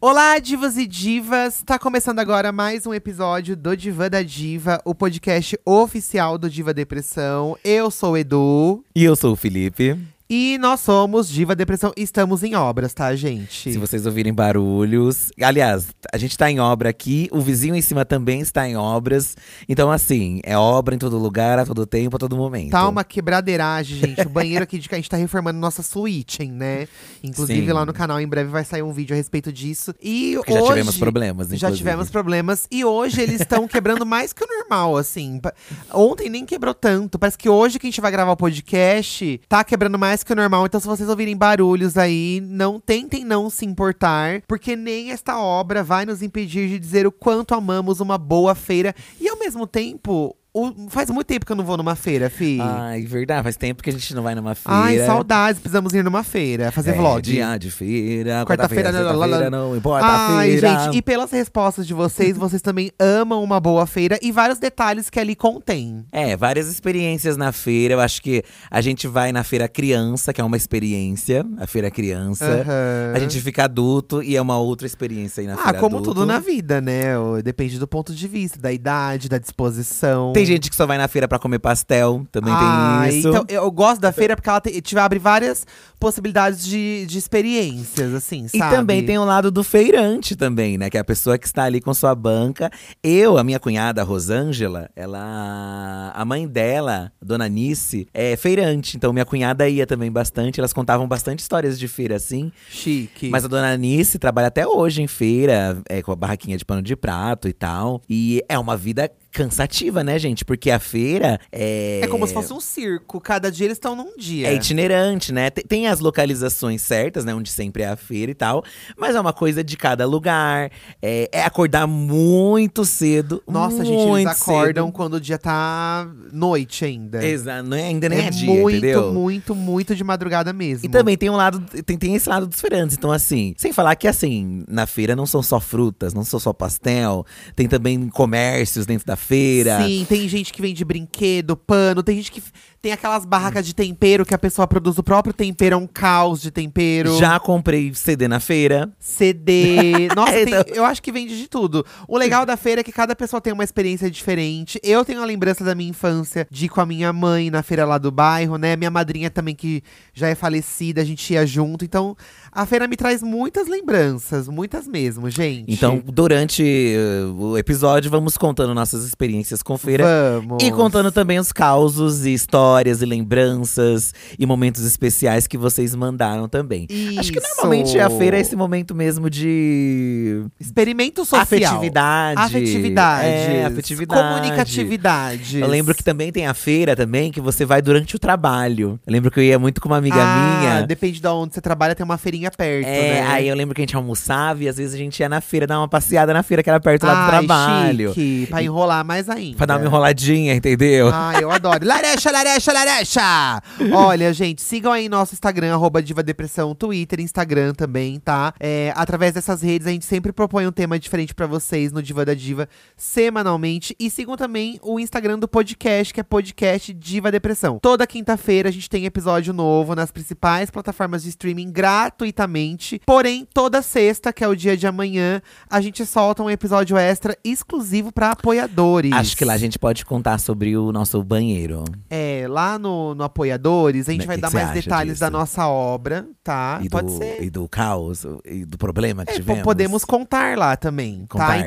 Olá, divas e divas! Tá começando agora mais um episódio do Diva da Diva, o podcast oficial do Diva Depressão. Eu sou o Edu E eu sou o Felipe. e nós somos Diva Depressão. Estamos em obras, tá, gente? Se vocês ouvirem barulhos. Aliás, a gente tá em obra aqui, o vizinho em cima também está em obras. Então, assim, é obra em todo lugar, a todo tempo, a todo momento. Tá uma quebradeiragem, gente. O banheiro aqui de cá, a gente tá reformando nossa suíte, hein, né? Inclusive, Sim. lá no canal, em breve, vai sair um vídeo a respeito disso. E Porque já hoje… tivemos problemas, Já inclusive. tivemos problemas e hoje eles estão quebrando mais que o normal, assim. Pa- Ontem nem quebrou tanto. Parece que hoje que a gente vai gravar o podcast tá quebrando mais que o normal. Então, se vocês ouvirem barulhos aí, não tentem não se importar, porque nem esta obra vai nos impedir de dizer o quanto amamos uma boa feira. E ao mesmo tempo, o- faz muito tempo que eu não vou numa feira, fi. Ai, verdade. Faz tempo que a gente não vai numa Ah, feira. Ai, saudades, precisamos ir numa feira, fazer É, vlog. Dia de feira. Quarta-feira, Quarta-feira, lá, lá, lá. sexta-feira, não importa. a Ai, feira. gente, e pelas respostas de vocês, vocês também amam uma boa feira e vários detalhes que ali contém. É, várias experiências na feira. Eu acho que a gente vai na feira criança, que é uma experiência, a feira criança. Aham. A gente fica adulto e é uma outra experiência aí na Ah, feira como adulto. tudo na vida, né? O- Depende do ponto de vista, da idade, da disposição. Tem gente que só vai na feira pra comer pastel, também Ah, tem isso. Então, eu gosto da feira porque ela te, te abre várias possibilidades de, de experiências, assim, E sabe? também tem o lado do feirante também, né? Que é a pessoa que está ali com sua banca. Eu, a minha cunhada, a Rosângela, ela… A mãe dela, Dona Nice, é feirante. Então minha cunhada ia também bastante. Elas contavam bastante histórias de feira, assim. Chique. Mas a Dona Nice trabalha até hoje em feira, é, com a barraquinha de pano de prato e tal. E é uma vida cansativa, né, gente? Porque a feira é… é como se fosse um circo. Cada dia eles estão num dia. É itinerante, né? Tem, tem as localizações certas, né? Onde sempre é a feira e tal. Mas é uma coisa de cada lugar. É, é acordar muito cedo. Nossa, gente, muito eles acordam quando o dia tá noite ainda. Cedo. Exa não é, ainda nem é, é dia, muito, entendeu? muito, muito de madrugada mesmo. E também tem um lado, tem, tem esse lado dos feirantes. Então, assim, sem falar que assim, na feira não são só frutas, não são só pastel, tem também comércios dentro da feira. Sim, tem gente que vende brinquedo, pano, tem gente que f- tem aquelas barracas de tempero que a pessoa produz o próprio tempero, é um caos de tempero. Já comprei CD na feira. CD. Nossa, tem- Então- eu acho que vende de tudo. O legal da feira é que cada pessoa tem uma experiência diferente. Eu tenho a lembrança da minha infância de ir com a minha mãe na feira lá do bairro, né? Minha madrinha também, que já é falecida, a gente ia junto. Então, a feira me traz muitas lembranças, muitas mesmo, gente. Então, durante eh, o episódio, vamos contando nossas experiências com feira. vamos. E contando também os causos e histórias e lembranças e momentos especiais que vocês mandaram também. Acho que Isso. normalmente a feira é esse momento mesmo de Experimento social. afetividade. Afetividade. É, afetividade. Comunicatividade. Eu lembro que também tem a feira também, que você vai durante o trabalho. Eu lembro que eu ia muito com uma amiga ah, minha. Depende de onde você trabalha, tem uma feirinha perto, É, né? aí eu lembro que a gente almoçava e às vezes a gente ia na feira, dar uma passeada na feira que era perto lá do Ai, trabalho. Chique, pra enrolar mais ainda. Pra dar uma enroladinha, entendeu? Ah, eu adoro. Larecha, larecha, larecha! Olha, gente, sigam aí nosso Instagram, arroba Diva Depressão, Twitter, Instagram também, tá? É, através dessas redes, a gente sempre propõe um tema diferente pra vocês no Diva da Diva, semanalmente. E sigam também o Instagram do podcast, que é podcast Diva Depressão. Toda quinta-feira a gente tem episódio novo nas principais plataformas de streaming gratuitamente. Porém, toda sexta, que é o dia de amanhã, a gente solta um episódio extra exclusivo pra apoiadores. Acho que lá a gente pode contar sobre o nosso banheiro. É, lá no, no Apoiadores, a gente Né, vai que dar que você mais acha detalhes da disso? nossa obra, tá? e, Pode do, ser. e do caos, e do problema que É, po- tivemos. podemos contar lá também, tá? Contardes.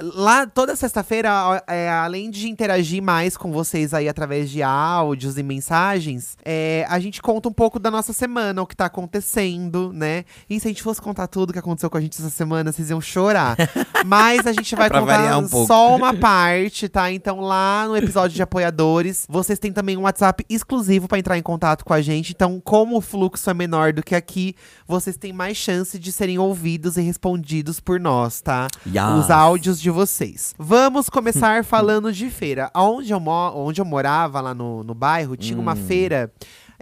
Então, lá toda sexta-feira, ó, é, além de interagir mais com vocês aí através de áudios e mensagens, é, a gente conta um pouco da nossa semana, o que tá acontecendo, né? E se a gente fosse contar tudo que aconteceu com a gente essa semana, vocês iam chorar. Mas a gente vai Pra contar variar um pouco. só uma parte, tá? Então lá no episódio de apoiadores, vocês têm também um WhatsApp exclusivo pra entrar em contato com a gente. Então, como o fluxo é menor do que aqui, vocês têm mais chance de serem ouvidos e respondidos por nós, tá? Yes. Os áudios de vocês. Vamos começar falando de feira. Onde eu, mo- onde eu morava, lá no, no bairro, tinha uma Hum. feira.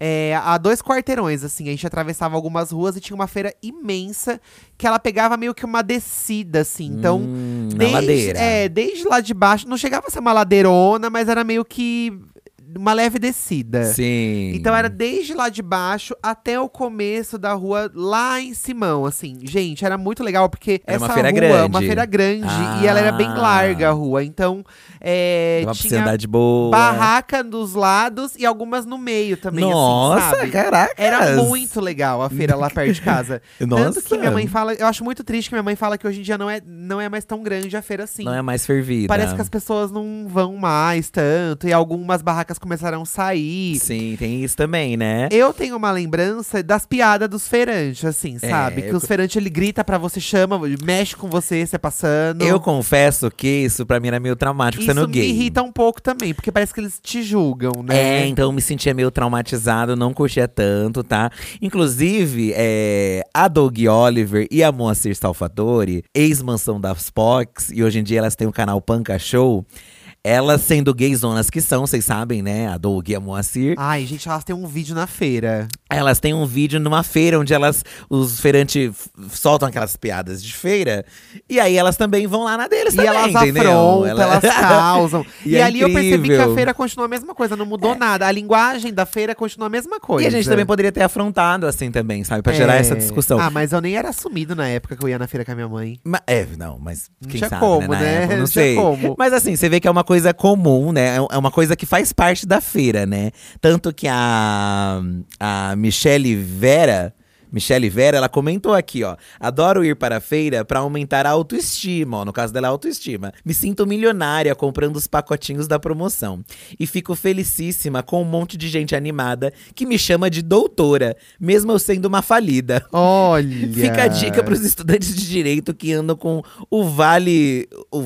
É, há dois quarteirões, assim, a gente atravessava algumas ruas e tinha uma feira imensa que ela pegava meio que uma descida, assim. Então, Hum, na desde, ladeira. É, desde lá de baixo, não chegava a ser uma ladeirona, mas era meio que uma leve descida. Sim. Então era desde lá de baixo até o começo da rua lá em Simão, assim. Gente, era muito legal porque Era essa uma feira rua é uma grande. feira grande e ela era bem Ah. larga a rua. Então, é, Dava pra você tinha andar de boa. barraca dos lados e algumas no meio também, assim, Nossa, sabe? caraca! Era muito legal a feira lá perto de casa. Nossa. Tanto que minha mãe fala, eu acho muito triste que minha mãe fala que hoje em dia não é, não é mais tão grande a feira assim. Não é mais fervida. Parece que as pessoas não vão mais tanto e algumas barracas começaram a sair. Sim, tem isso também, né? Eu tenho uma lembrança das piadas dos feirantes, assim, É, sabe? Que eu- os feirantes, ele grita pra você, chama, mexe com você, você passando. Eu confesso que isso pra mim era meio traumático Isso sendo me gay. irrita um pouco também, porque parece que eles te julgam, É, né? então eu me sentia meio traumatizado, não curtia tanto, tá? Inclusive, é, a Doug Oliver e a Moacir Salvatore, ex-mansão das Pox, e hoje em dia elas têm o canal Panca Show. Elas sendo gayzonas que são, vocês sabem, né? A Doug e a Moacir. Ai, gente, elas têm um vídeo na feira. Elas têm um vídeo numa feira onde elas, os feirantes f- soltam aquelas piadas de feira. E aí elas também vão lá na deles E também, elas entendeu? afrontam, Ela- elas causam. E e é ali eu percebi que incrível. É. a feira continua a mesma coisa, não mudou nada. A linguagem da feira continua a mesma coisa. E a gente também poderia ter afrontado assim também, sabe? Pra gerar É. essa discussão. Ah, mas eu nem era assumido na época que eu ia na feira com a minha mãe. Ma- é, não, mas Não quem tinha sabe, como, né? na né? época, não Não tinha sei. como. Mas assim, você vê que é uma coisa comum, né? É um- É uma coisa que faz parte da feira, né? Tanto que a, a Michelle Vera… Michelle Vera, ela comentou aqui, ó. Adoro ir para a feira para aumentar a autoestima, ó. No caso dela, é a autoestima. Me sinto milionária comprando os pacotinhos da promoção. E fico felicíssima com um monte de gente animada que me chama de doutora, mesmo eu sendo uma falida. Olha. É, Fica a dica pros estudantes de direito que andam com o Vale. O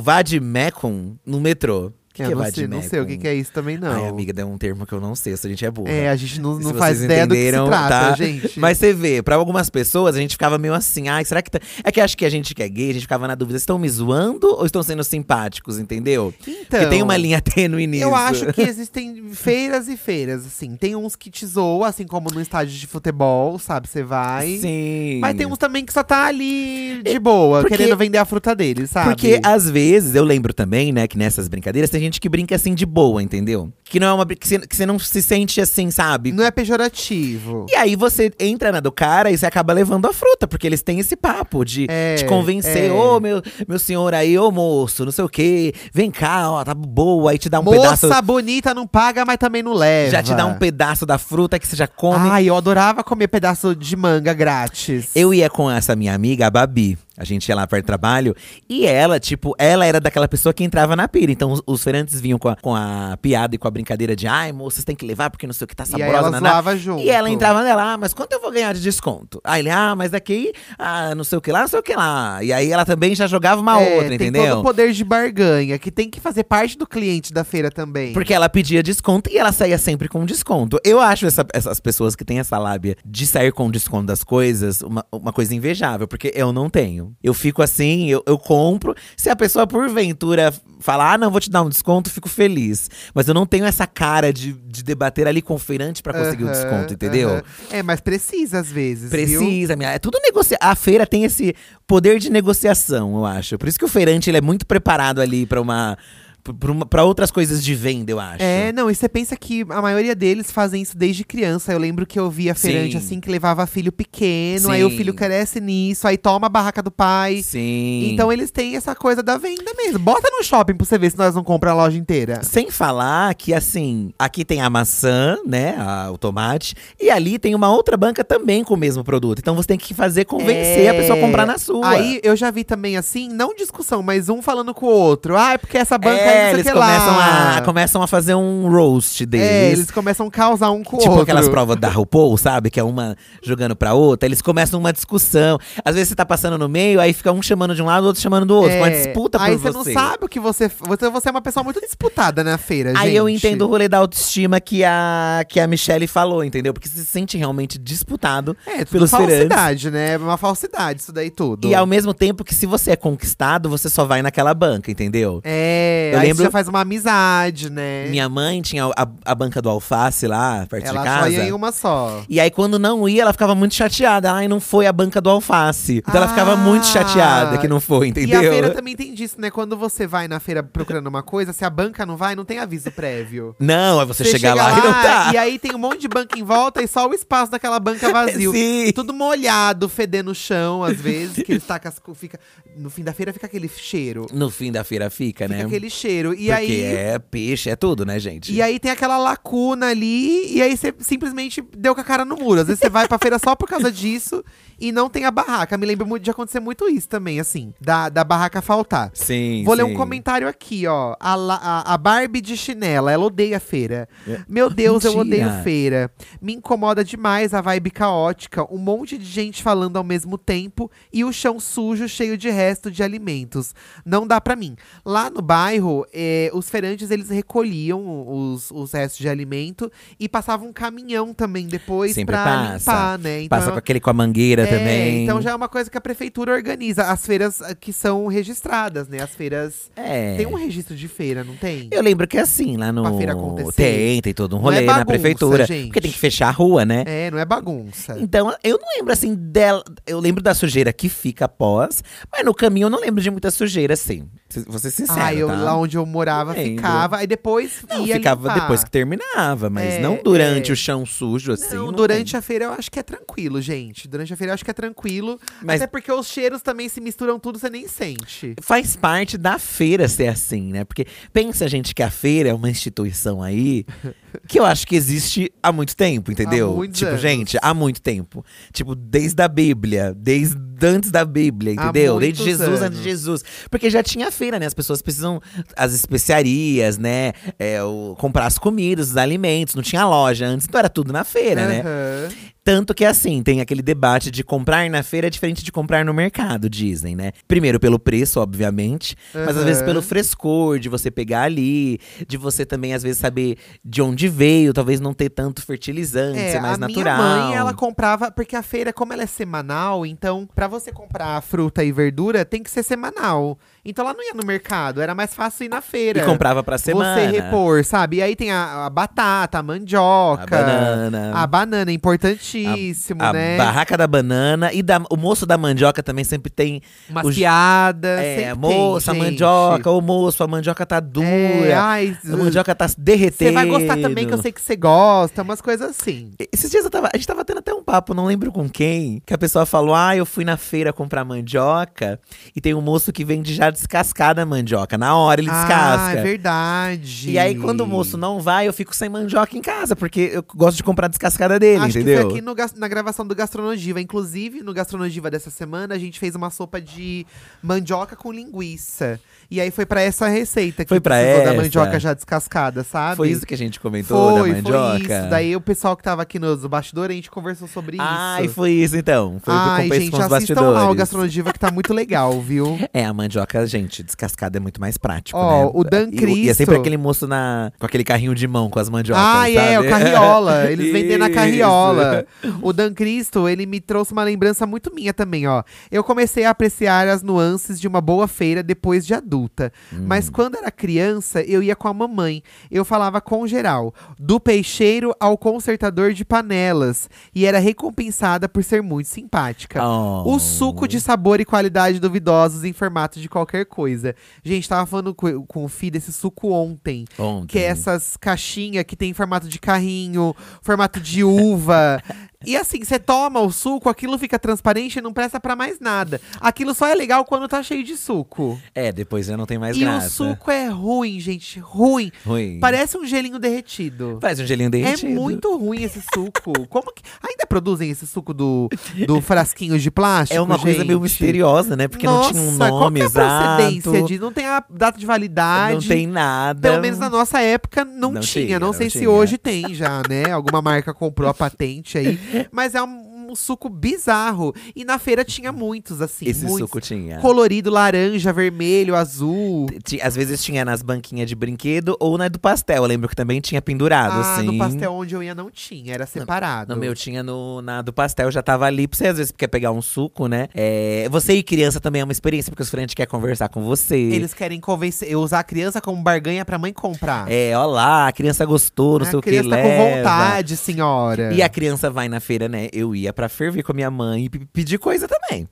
Vademecum no metrô. O que, eu que é não, sei, não sei o que, que é isso também, não. Ai, amiga, é um termo que eu não sei, se a gente é burra. É, a gente não, Se não vocês faz ideia do que se entenderam, trata, tá? gente. Mas você vê, pra algumas pessoas a gente ficava meio assim, ai, será que tá. É que acho que a gente que é gay, a gente ficava na dúvida, estão me zoando ou estão sendo simpáticos, entendeu? então, Porque tem uma linha tênue nisso. Eu acho que existem feiras e feiras, assim. Tem uns que te zoam, assim como no estádio de futebol, sabe? Você vai. Sim. É, Mas tem uns também que só tá ali de boa, porque- querendo vender a fruta deles, sabe? Porque às vezes, eu lembro também, né, que nessas brincadeiras tem gente que brinca assim de boa, entendeu? Que não é uma. brin- Que você, que você não se sente assim, sabe? não é pejorativo. E aí você entra na do cara e você acaba levando a fruta, porque eles têm esse papo de É, te convencer, é. ô meu, meu senhor aí, ô moço, não sei o quê, vem cá, ó, tá boa, aí te dá um Moça pedaço. bonita não paga, mas também não leva. Já te dá um pedaço da fruta que você já come. Ai, eu adorava comer pedaço de manga grátis. Eu ia com essa minha amiga, a Babi. A gente ia lá para o trabalho. E ela, tipo, ela era daquela pessoa que entrava na pira. Então os, os feirantes vinham com a, com a piada e com a brincadeira de ai, moças, tem que levar porque não sei o que tá e aí saborosa. ela naná." zoava junto. E ela entrava nela, ah, mas quanto eu vou ganhar de desconto? Aí ele, ah, mas daqui, ah, não sei o que lá, não sei o que lá. E aí ela também já jogava uma É, outra, tem entendeu? todo o poder de barganha, que tem que fazer parte do cliente da feira também. Porque ela pedia desconto e ela saía sempre com desconto. Eu acho essa- essas pessoas que têm essa lábia de sair com desconto das coisas uma, uma coisa invejável, porque eu não tenho. Eu fico assim, eu, eu compro. Se a pessoa porventura falar, ah, não, vou te dar um desconto, fico feliz. Mas eu não tenho essa cara de, de debater ali com o feirante pra conseguir o Aham, um desconto, entendeu? aham. É, mas precisa às vezes, viu? Precisa, minha. É tudo negocia. A feira tem esse poder de negociação, eu acho. Por isso que o feirante ele é muito preparado ali pra uma. pra- pra uma- Pra outras coisas de venda, eu acho. É, não, e você pensa que a maioria deles fazem isso desde criança. Eu lembro que eu via feirante Sim. assim que levava filho pequeno, aí o Sim. filho cresce nisso, aí toma a barraca do pai. Sim. Então eles têm essa coisa da venda mesmo. Bota no shopping pra você ver se nós não compra a loja inteira. Sem falar que, assim, aqui tem a maçã, né? a- o tomate. E ali tem uma outra banca também com o mesmo produto. Então você tem que fazer convencer É. a pessoa a comprar na sua. Aí eu já vi também assim, não discussão, mas um falando com o outro. Ah, é porque essa banca é, é, não sei o eles que começam lá. a, começam a fazer um roast deles. É, eles começam a causar um com o Tipo outro. aquelas provas da RuPaul, sabe? Que é uma jogando pra outra, eles começam uma discussão. Às vezes você tá passando no meio, aí fica um chamando de um lado, o outro chamando do outro. Fica uma É, disputa por Aí você. não sabe o que você. Você, você é uma pessoa muito disputada na feira, gente. Aí eu entendo o rolê da autoestima que a, que a Michelle falou, entendeu? Porque você se sente realmente disputado É, tudo pelos feirantes. falsidade, né? É uma falsidade isso daí tudo. E ao mesmo tempo que se você é conquistado, você só vai naquela banca, entendeu? É, Eu aí Aí lembro- você já faz uma amizade, né? Minha mãe tinha a, a banca do alface lá, perto Ela de só casa. ia em um- uma só. E aí, quando não ia, ela ficava muito chateada. Ai, não foi a banca do alface. Então ela ficava muito Ah. chateada que não foi, entendeu? E a feira também tem disso, né? Quando você vai na feira procurando uma coisa, se a banca não vai, não tem aviso prévio. Não, aí você, chegar lá, e não tá. e aí tem um monte de banca em volta e só o espaço daquela banca vazio. Sim. Tudo molhado, fedendo o chão, às vezes, que ele taca as co- fica No fim da feira fica aquele cheiro. No fim da feira fica, Fica né? aquele cheiro. E Porque aí. é peixe, é tudo, né, gente? E aí tem aquela lacuna ali, e aí você simplesmente deu com a cara no muro. Às vezes você vai pra feira só por causa disso e não tem a barraca. Me lembro muito de acontecer muito isso também, assim, da, da barraca faltar. Sim, Vou ler sim. um comentário aqui, ó. A, La- a- a Barbie de chinela, ela odeia feira. Meu Deus, eu É. Mentira. odeio feira. Me incomoda demais a vibe caótica, um monte de gente falando ao mesmo tempo e o chão sujo cheio de resto de alimentos. Não dá pra mim. Lá no bairro, eh, os feirantes eles recolhiam os, os restos de alimento e passavam um caminhão também depois Sempre pra passa. limpar, né? Então Passa é com aquele com a mangueira é, também. Então já é uma coisa que a prefeitura organiza. As feiras ah, que são registradas, né? As feiras. É. Tem um registro de feira, não tem? Eu lembro que é assim, lá no. Pra feira acontecer. Tem, tem todo um Não é rolê na bagunça, prefeitura. gente. Porque tem que fechar a rua, né? É, não é bagunça. Então, eu não lembro assim dela. Eu lembro da sujeira que fica após, mas no caminho eu não lembro de muita sujeira, assim. Se- Vou ser sincero. ah, eu, tá? lá onde eu morava, Não lembro. ficava. Aí depois não, ia ficava limpar. depois que terminava, mas É, não durante é. o chão sujo, assim. não, não durante a feira eu acho que é tranquilo, gente. Durante a feira eu acho que é tranquilo. Mas- Até porque os cheiros também se misturam tudo, você nem sente. faz parte da feira ser assim, né? Porque pensa, gente, que a feira é uma instituição aí que eu acho que existe há muito tempo, entendeu? muitos tipo, anos. gente, há muito tempo. Tipo, desde a Bíblia, desde antes da Bíblia, Há entendeu? Desde muitos Jesus, antes anos. de Jesus. Porque já tinha feira, né? As pessoas precisam as especiarias, né? É, o- comprar as comidas, os alimentos, não tinha loja antes, então era tudo na feira, né? Aham. Tanto que assim, tem aquele debate de comprar na feira é diferente de comprar no mercado, dizem, né? Primeiro pelo preço, obviamente, mas às vezes Aham. pelo frescor de você pegar ali, de você também às vezes saber de onde veio, talvez não ter tanto fertilizante, É, ser mais a natural. minha mãe, ela comprava, porque a feira, como ela é semanal, então pra você comprar fruta e verdura, tem que ser semanal. Então ela não ia no mercado, era mais fácil ir na feira. e comprava pra semana. Você repor, sabe? E aí tem a, a batata, a mandioca. a banana. A banana, importantíssimo, a né? barraca da banana e da- o moço da mandioca também sempre tem. Uma os- piada. É, moça, a mandioca, o moço, a mandioca tá dura. É, ai, a mandioca tá derretendo. você vai gostar também, que eu sei que você gosta, umas coisas assim. Esses dias eu tava, a gente tava tendo até um papo, não lembro com quem, que a pessoa falou: Ah, eu fui na feira comprar mandioca e tem um moço que vende já descascada a mandioca. Na hora ele Ah, descasca. é verdade. e aí, quando o moço não vai, eu fico sem mandioca em casa, porque eu gosto de comprar descascada é dele, Acho que entendeu? foi aqui no gas- na gravação do Gastronogiva. Inclusive, no Gastronogiva dessa semana, a gente fez uma sopa de mandioca com linguiça. E aí foi pra essa receita que Foi pra precisou da essa? mandioca já descascada, sabe? Foi isso que a gente comentou foi, da mandioca. foi isso. Daí o pessoal que tava aqui nos bastidores, a gente conversou sobre Ai, isso. foi isso então. Foi o que Ai, eu gente, com os assistam bastidores. lá o Gastronogiva que tá muito legal, viu? É, a mandioca, gente, descascada é muito mais prático, Ó, né? o Dan E, e é sempre Cristo- aquele moço na, com aquele carrinho de mão com as mandiocas, Ah, sabe? é, o Carriola. Eles vendem na Isso. Carriola. O Dan Cristo, ele me trouxe uma lembrança muito minha também, ó. Eu comecei a apreciar as nuances de uma boa feira depois de adulta. Hum. Mas quando era criança, eu ia com a mamãe. Eu falava com geral. Do peixeiro ao consertador de panelas. E era recompensada por ser muito simpática. Oh. O suco de sabor e qualidade duvidosos em formato de qualquer coisa. Gente, tava falando co- com o Fih desse suco ontem. Ontem. Que é essas caixinhas que tem formato de carrinho, formato de uva. e assim, você toma o suco, aquilo fica transparente e não presta pra mais nada. Aquilo só é legal quando tá cheio de suco. É, depois já não tem mais e graça. o suco é ruim, gente, ruim. Ruim. Parece um gelinho derretido. Faz um gelinho derretido. É muito ruim esse suco. Como que. Ainda produzem esse suco do, do frasquinho de plástico? É uma coisa meio gente? misteriosa, né? Porque Nossa, não tinha um qual nome que é a exato. procedência de- Não tem a data de validade. Não tem nada. Pelo menos assim, na nossa época não, Não tinha. tinha, Não não sei se tinha. hoje tem já, né? Alguma marca comprou a patente aí. Mas é um, um suco bizarro. E na feira tinha muitos, assim. Esse muitos. suco tinha. Colorido, laranja, vermelho, azul. Ti- Às vezes tinha nas banquinhas de brinquedo ou na do pastel. Eu lembro que também tinha pendurado, Ah, assim. no pastel onde eu ia não tinha, era separado. No meu tinha no, na do pastel, já tava ali. Pra você às vezes quer pegar um suco, né? É, você e criança também é uma experiência, porque os frentes querem conversar com você. Eles querem convencer, usar a criança como barganha pra mãe comprar. É, ó lá, a criança gostou, não a sei o que, criança tá leva. com vontade, senhora. E a criança vai na feira, né? Eu ia pra ferver com a minha mãe e pe- pedir coisa também.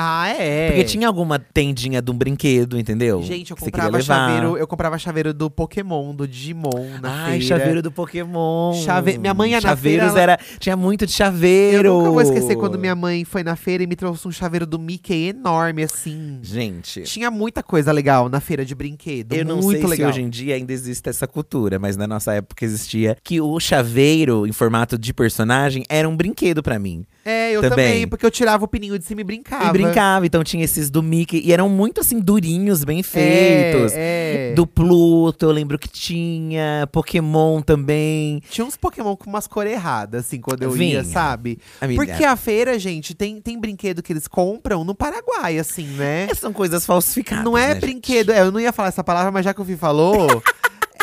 Ah, é. Porque tinha alguma tendinha de um brinquedo, entendeu? Gente, eu Que você queria comprava levar. chaveiro, eu comprava chaveiro do Pokémon, do Digimon na Ai, feira. chaveiro do Pokémon. Chave- minha mãe ia na Chaveiros feira, era. Tinha muito de chaveiro. Eu nunca vou esquecer quando minha mãe foi na feira e me trouxe um chaveiro do Mickey enorme, assim. Gente. Tinha muita coisa legal na feira de brinquedo. Eu não muito sei legal. se hoje em dia ainda existe essa cultura, mas na nossa época existia que o chaveiro em formato de personagem era um brinquedo pra mim. É, eu também. Também. porque eu tirava o pininho de cima e brincava. E brincava, então tinha esses do Mickey e eram muito assim durinhos, bem feitos. É, é. Do Pluto, eu lembro que tinha Pokémon também. Tinha uns Pokémon com umas cores erradas, assim, quando eu ia, Vinha. sabe? Amiga, Porque a feira, gente, tem, tem brinquedo que eles compram no Paraguai, assim, né? são coisas falsificadas. Não né, é gente? brinquedo. É, eu não ia falar essa palavra, mas já que o Fih falou.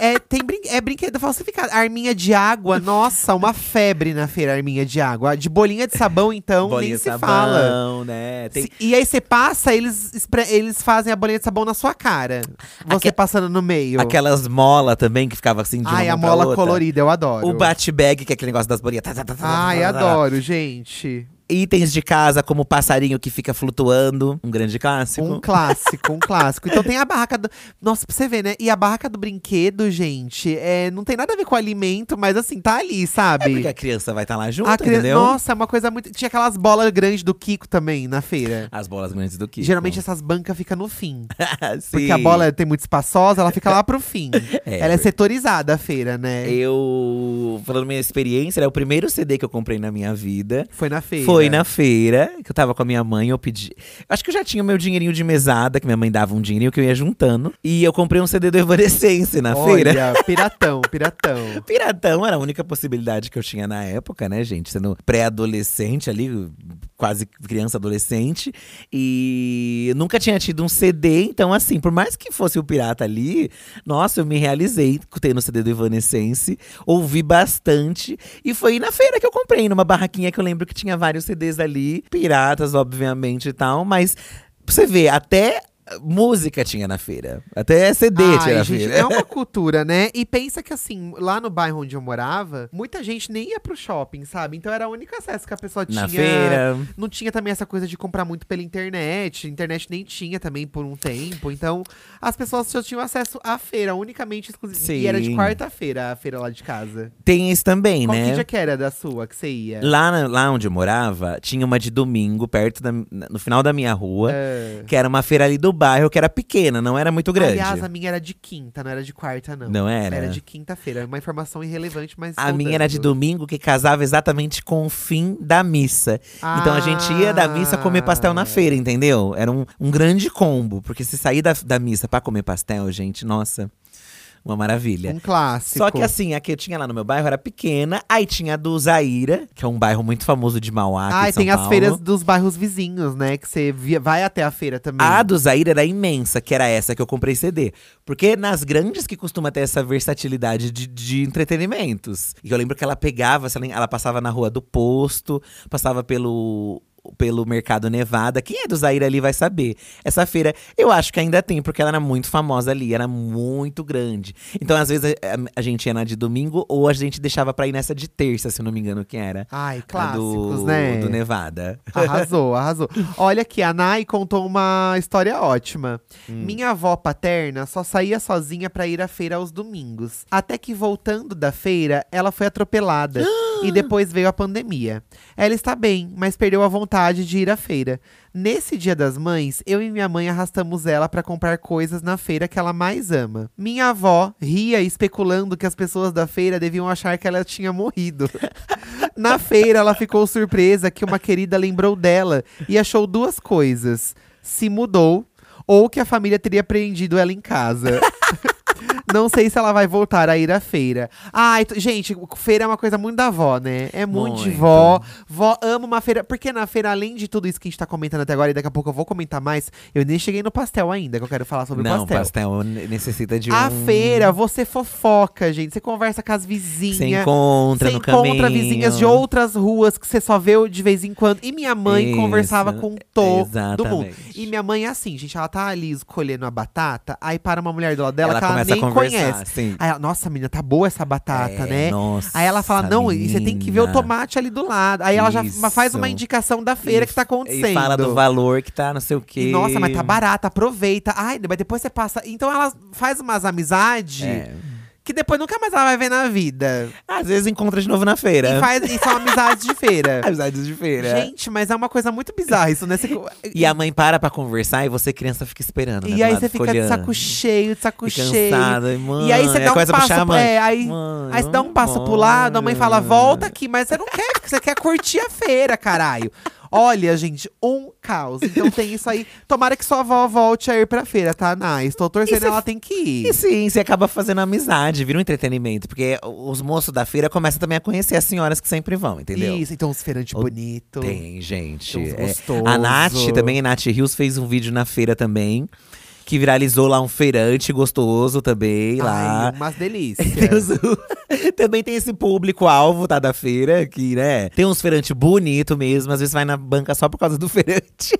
É, tem brin é brinquedo falsificado. Arminha de água, nossa, uma febre na feira, arminha de água. De bolinha de sabão, então, Bolinha nem de se sabão, fala. né? Tem- Se- e aí você passa, eles, espre- eles fazem a bolinha de sabão na sua cara. Você Aque- passando no meio. aquelas mola também que ficava assim de uma Ai, a mão pra mola outra. colorida, eu adoro. O bat bag, que é aquele negócio das bolinhas. Tá, tá, tá, tá, Ai, tá, tá, tá. adoro, gente. Itens de casa, como o passarinho que fica flutuando, um grande clássico. Um clássico, um clássico. Então tem a barraca do. Nossa, pra você ver, né? E a barraca do brinquedo, gente, é, não tem nada a ver com alimento, mas assim, tá ali, É sabe? porque a criança vai estar lá junto, A criança- entendeu? Nossa, é uma coisa muito. Tinha aquelas bolas grandes do Kiko também na feira. As bolas grandes do Kiko. Geralmente essas bancas ficam no fim. Sim. Porque a bola tem muito espaçosa, ela fica lá pro fim. É, ela é setorizada a feira, né? Eu, falando minha experiência, né, o primeiro CD que eu comprei na minha vida Foi na feira. foi na feira, que eu tava com a minha mãe, eu pedi. eu Acho que eu já tinha o meu dinheirinho de mesada, que minha mãe dava um dinheirinho que eu ia juntando. E eu comprei um CD do Evanescence na feira. Olha, piratão, piratão. Piratão era a única possibilidade que eu tinha na época, né, gente? Sendo pré-adolescente ali, quase criança adolescente. E nunca tinha tido um CD, então, assim, por mais que fosse o pirata ali, nossa, eu me realizei tendo o CD do Evanescence, ouvi bastante. E foi na feira que eu comprei, numa barraquinha que eu lembro que tinha vários CDs ali, piratas, obviamente e tal, mas pra você ver, até. Música tinha na feira. Até CD tinha Ai, na gente, feira. é uma cultura, né? E pensa que assim, lá no bairro onde eu morava, muita gente nem ia pro shopping, sabe? Então era o único acesso que a pessoa tinha. Na feira. Não tinha também essa coisa de comprar muito pela internet. Internet nem tinha também por um tempo. Então, as pessoas só tinham acesso à feira, unicamente exclusiva. E Sim. era de quarta-feira, a feira lá de casa. Tem esse também, Qual que é? né? dia que era da sua que você ia? Lá, na- lá onde eu morava, tinha uma de domingo, perto da, na- no final da minha rua, Ah. que era uma feira ali do bairro, que era pequena, não era muito grande. Aliás, a minha era de quinta, não era de quarta, não. Não era? Era de quinta-feira. É uma informação irrelevante, mas. A estou minha era de dando. domingo, que casava exatamente com o fim da missa. Então a gente ia da missa comer pastel na Ah. feira, entendeu? Era um, um grande combo, porque se sair da, da missa pra comer pastel, gente, nossa, uma maravilha. Um clássico. Só que assim, a que eu tinha lá no meu bairro era pequena, aí tinha a do Zaira, que é um bairro muito famoso de Mauá, aqui Ai, em São tem as Paulo. feiras dos bairros vizinhos, né? Que você via- vai até a feira também. A do Zaira era imensa, que era essa que eu comprei CD. Porque nas grandes que costuma ter essa versatilidade de, de entretenimentos. E eu lembro que ela pegava, se ela, ela passava na rua do posto, passava pelo. Pelo Mercado Nevada. Quem é do Zaira ali vai saber. Essa feira, eu acho que ainda tem, porque ela era muito famosa ali, era muito grande. Então, às vezes, a, a gente ia na de domingo ou a gente deixava pra ir nessa de terça, se eu não me engano, que era. Ai, A clássicos, do, né? Do Nevada. Arrasou, arrasou. Olha aqui, a Nai contou uma história ótima. Minha avó paterna só saía sozinha pra ir à feira aos domingos. Até que voltando da feira, ela foi atropelada. e depois veio a pandemia. Ela está bem, mas perdeu a vontade de ir à feira. Nesse dia das mães, eu e minha mãe arrastamos ela pra comprar coisas na feira que ela mais ama. Minha avó ria especulando que as pessoas da feira deviam achar que ela tinha morrido. Na feira, ela ficou surpresa que uma querida lembrou dela e achou duas coisas: se mudou ou que a família teria prendido ela em casa. Não sei se ela vai voltar a ir à feira. Ai, t- gente, feira é uma coisa muito da vó, né? É muito, de Muito. vó. Vó ama uma feira. Porque na feira, além de tudo isso que a gente tá comentando até agora, e daqui a pouco eu vou comentar mais, eu nem cheguei no pastel ainda, que eu quero falar sobre o Não, pastel. pastel ne- necessita de A um. feira, você fofoca, gente. Você conversa com as vizinhas. Você encontra Você no caminho. encontra vizinhas de outras ruas que você só vê de vez em quando. E minha mãe Isso, É, conversava com todo mundo. exatamente. E minha mãe é assim, gente, ela tá ali escolhendo a batata, aí para uma mulher do lado dela ela que ela tá começa nem a conversar, conhece. sim. Aí ela, nossa, menina, tá boa essa batata, É, né? Nossa, Aí ela fala, não, e você tem que ver o menina. tomate ali do lado. Aí ela já Isso. faz uma indicação da feira E- que tá acontecendo. E fala do valor que tá, não sei o quê. E, nossa, mas tá barato, aproveita. Ai, mas depois você passa. Então ela faz umas amizades É. que depois nunca mais ela vai ver na vida. Às vezes encontra de novo na E, feira. faz, e são amizades de feira. Amizades de feira. Gente, mas é uma coisa muito bizarra isso, né? Você- E é a mãe para pra conversar e você, criança, fica esperando. né, E do aí lado, você fica de olhando. saco cheio, de saco Fica cheio. cansada, e, mãe, E aí você dá um começa a passo puxar a mãe. é, aí, Mãe, aí você dá um passo pro lado, a mãe fala, volta aqui, mas você não quer, você quer curtir a feira, caralho. Olha, gente, um caos. Então tem isso aí. Tomara que sua avó volte a ir pra feira, tá? Não, estou torcendo, cê- ela tem que ir. E sim, você acaba fazendo amizade, vira um entretenimento. Porque os moços da feira começam também a conhecer as senhoras que sempre vão, entendeu? Isso, então os feirantes O- bonitos. Tem, gente. Tem uns É, gostoso. a Nath também, a Nath Rios, fez um vídeo na feira também. Que viralizou lá um feirante gostoso também, lá. Ai, umas delícias. Tem os- Também tem esse público-alvo, tá, da feira, que, né, tem uns feirantes bonito mesmo. Às vezes vai na banca só por causa do feirante.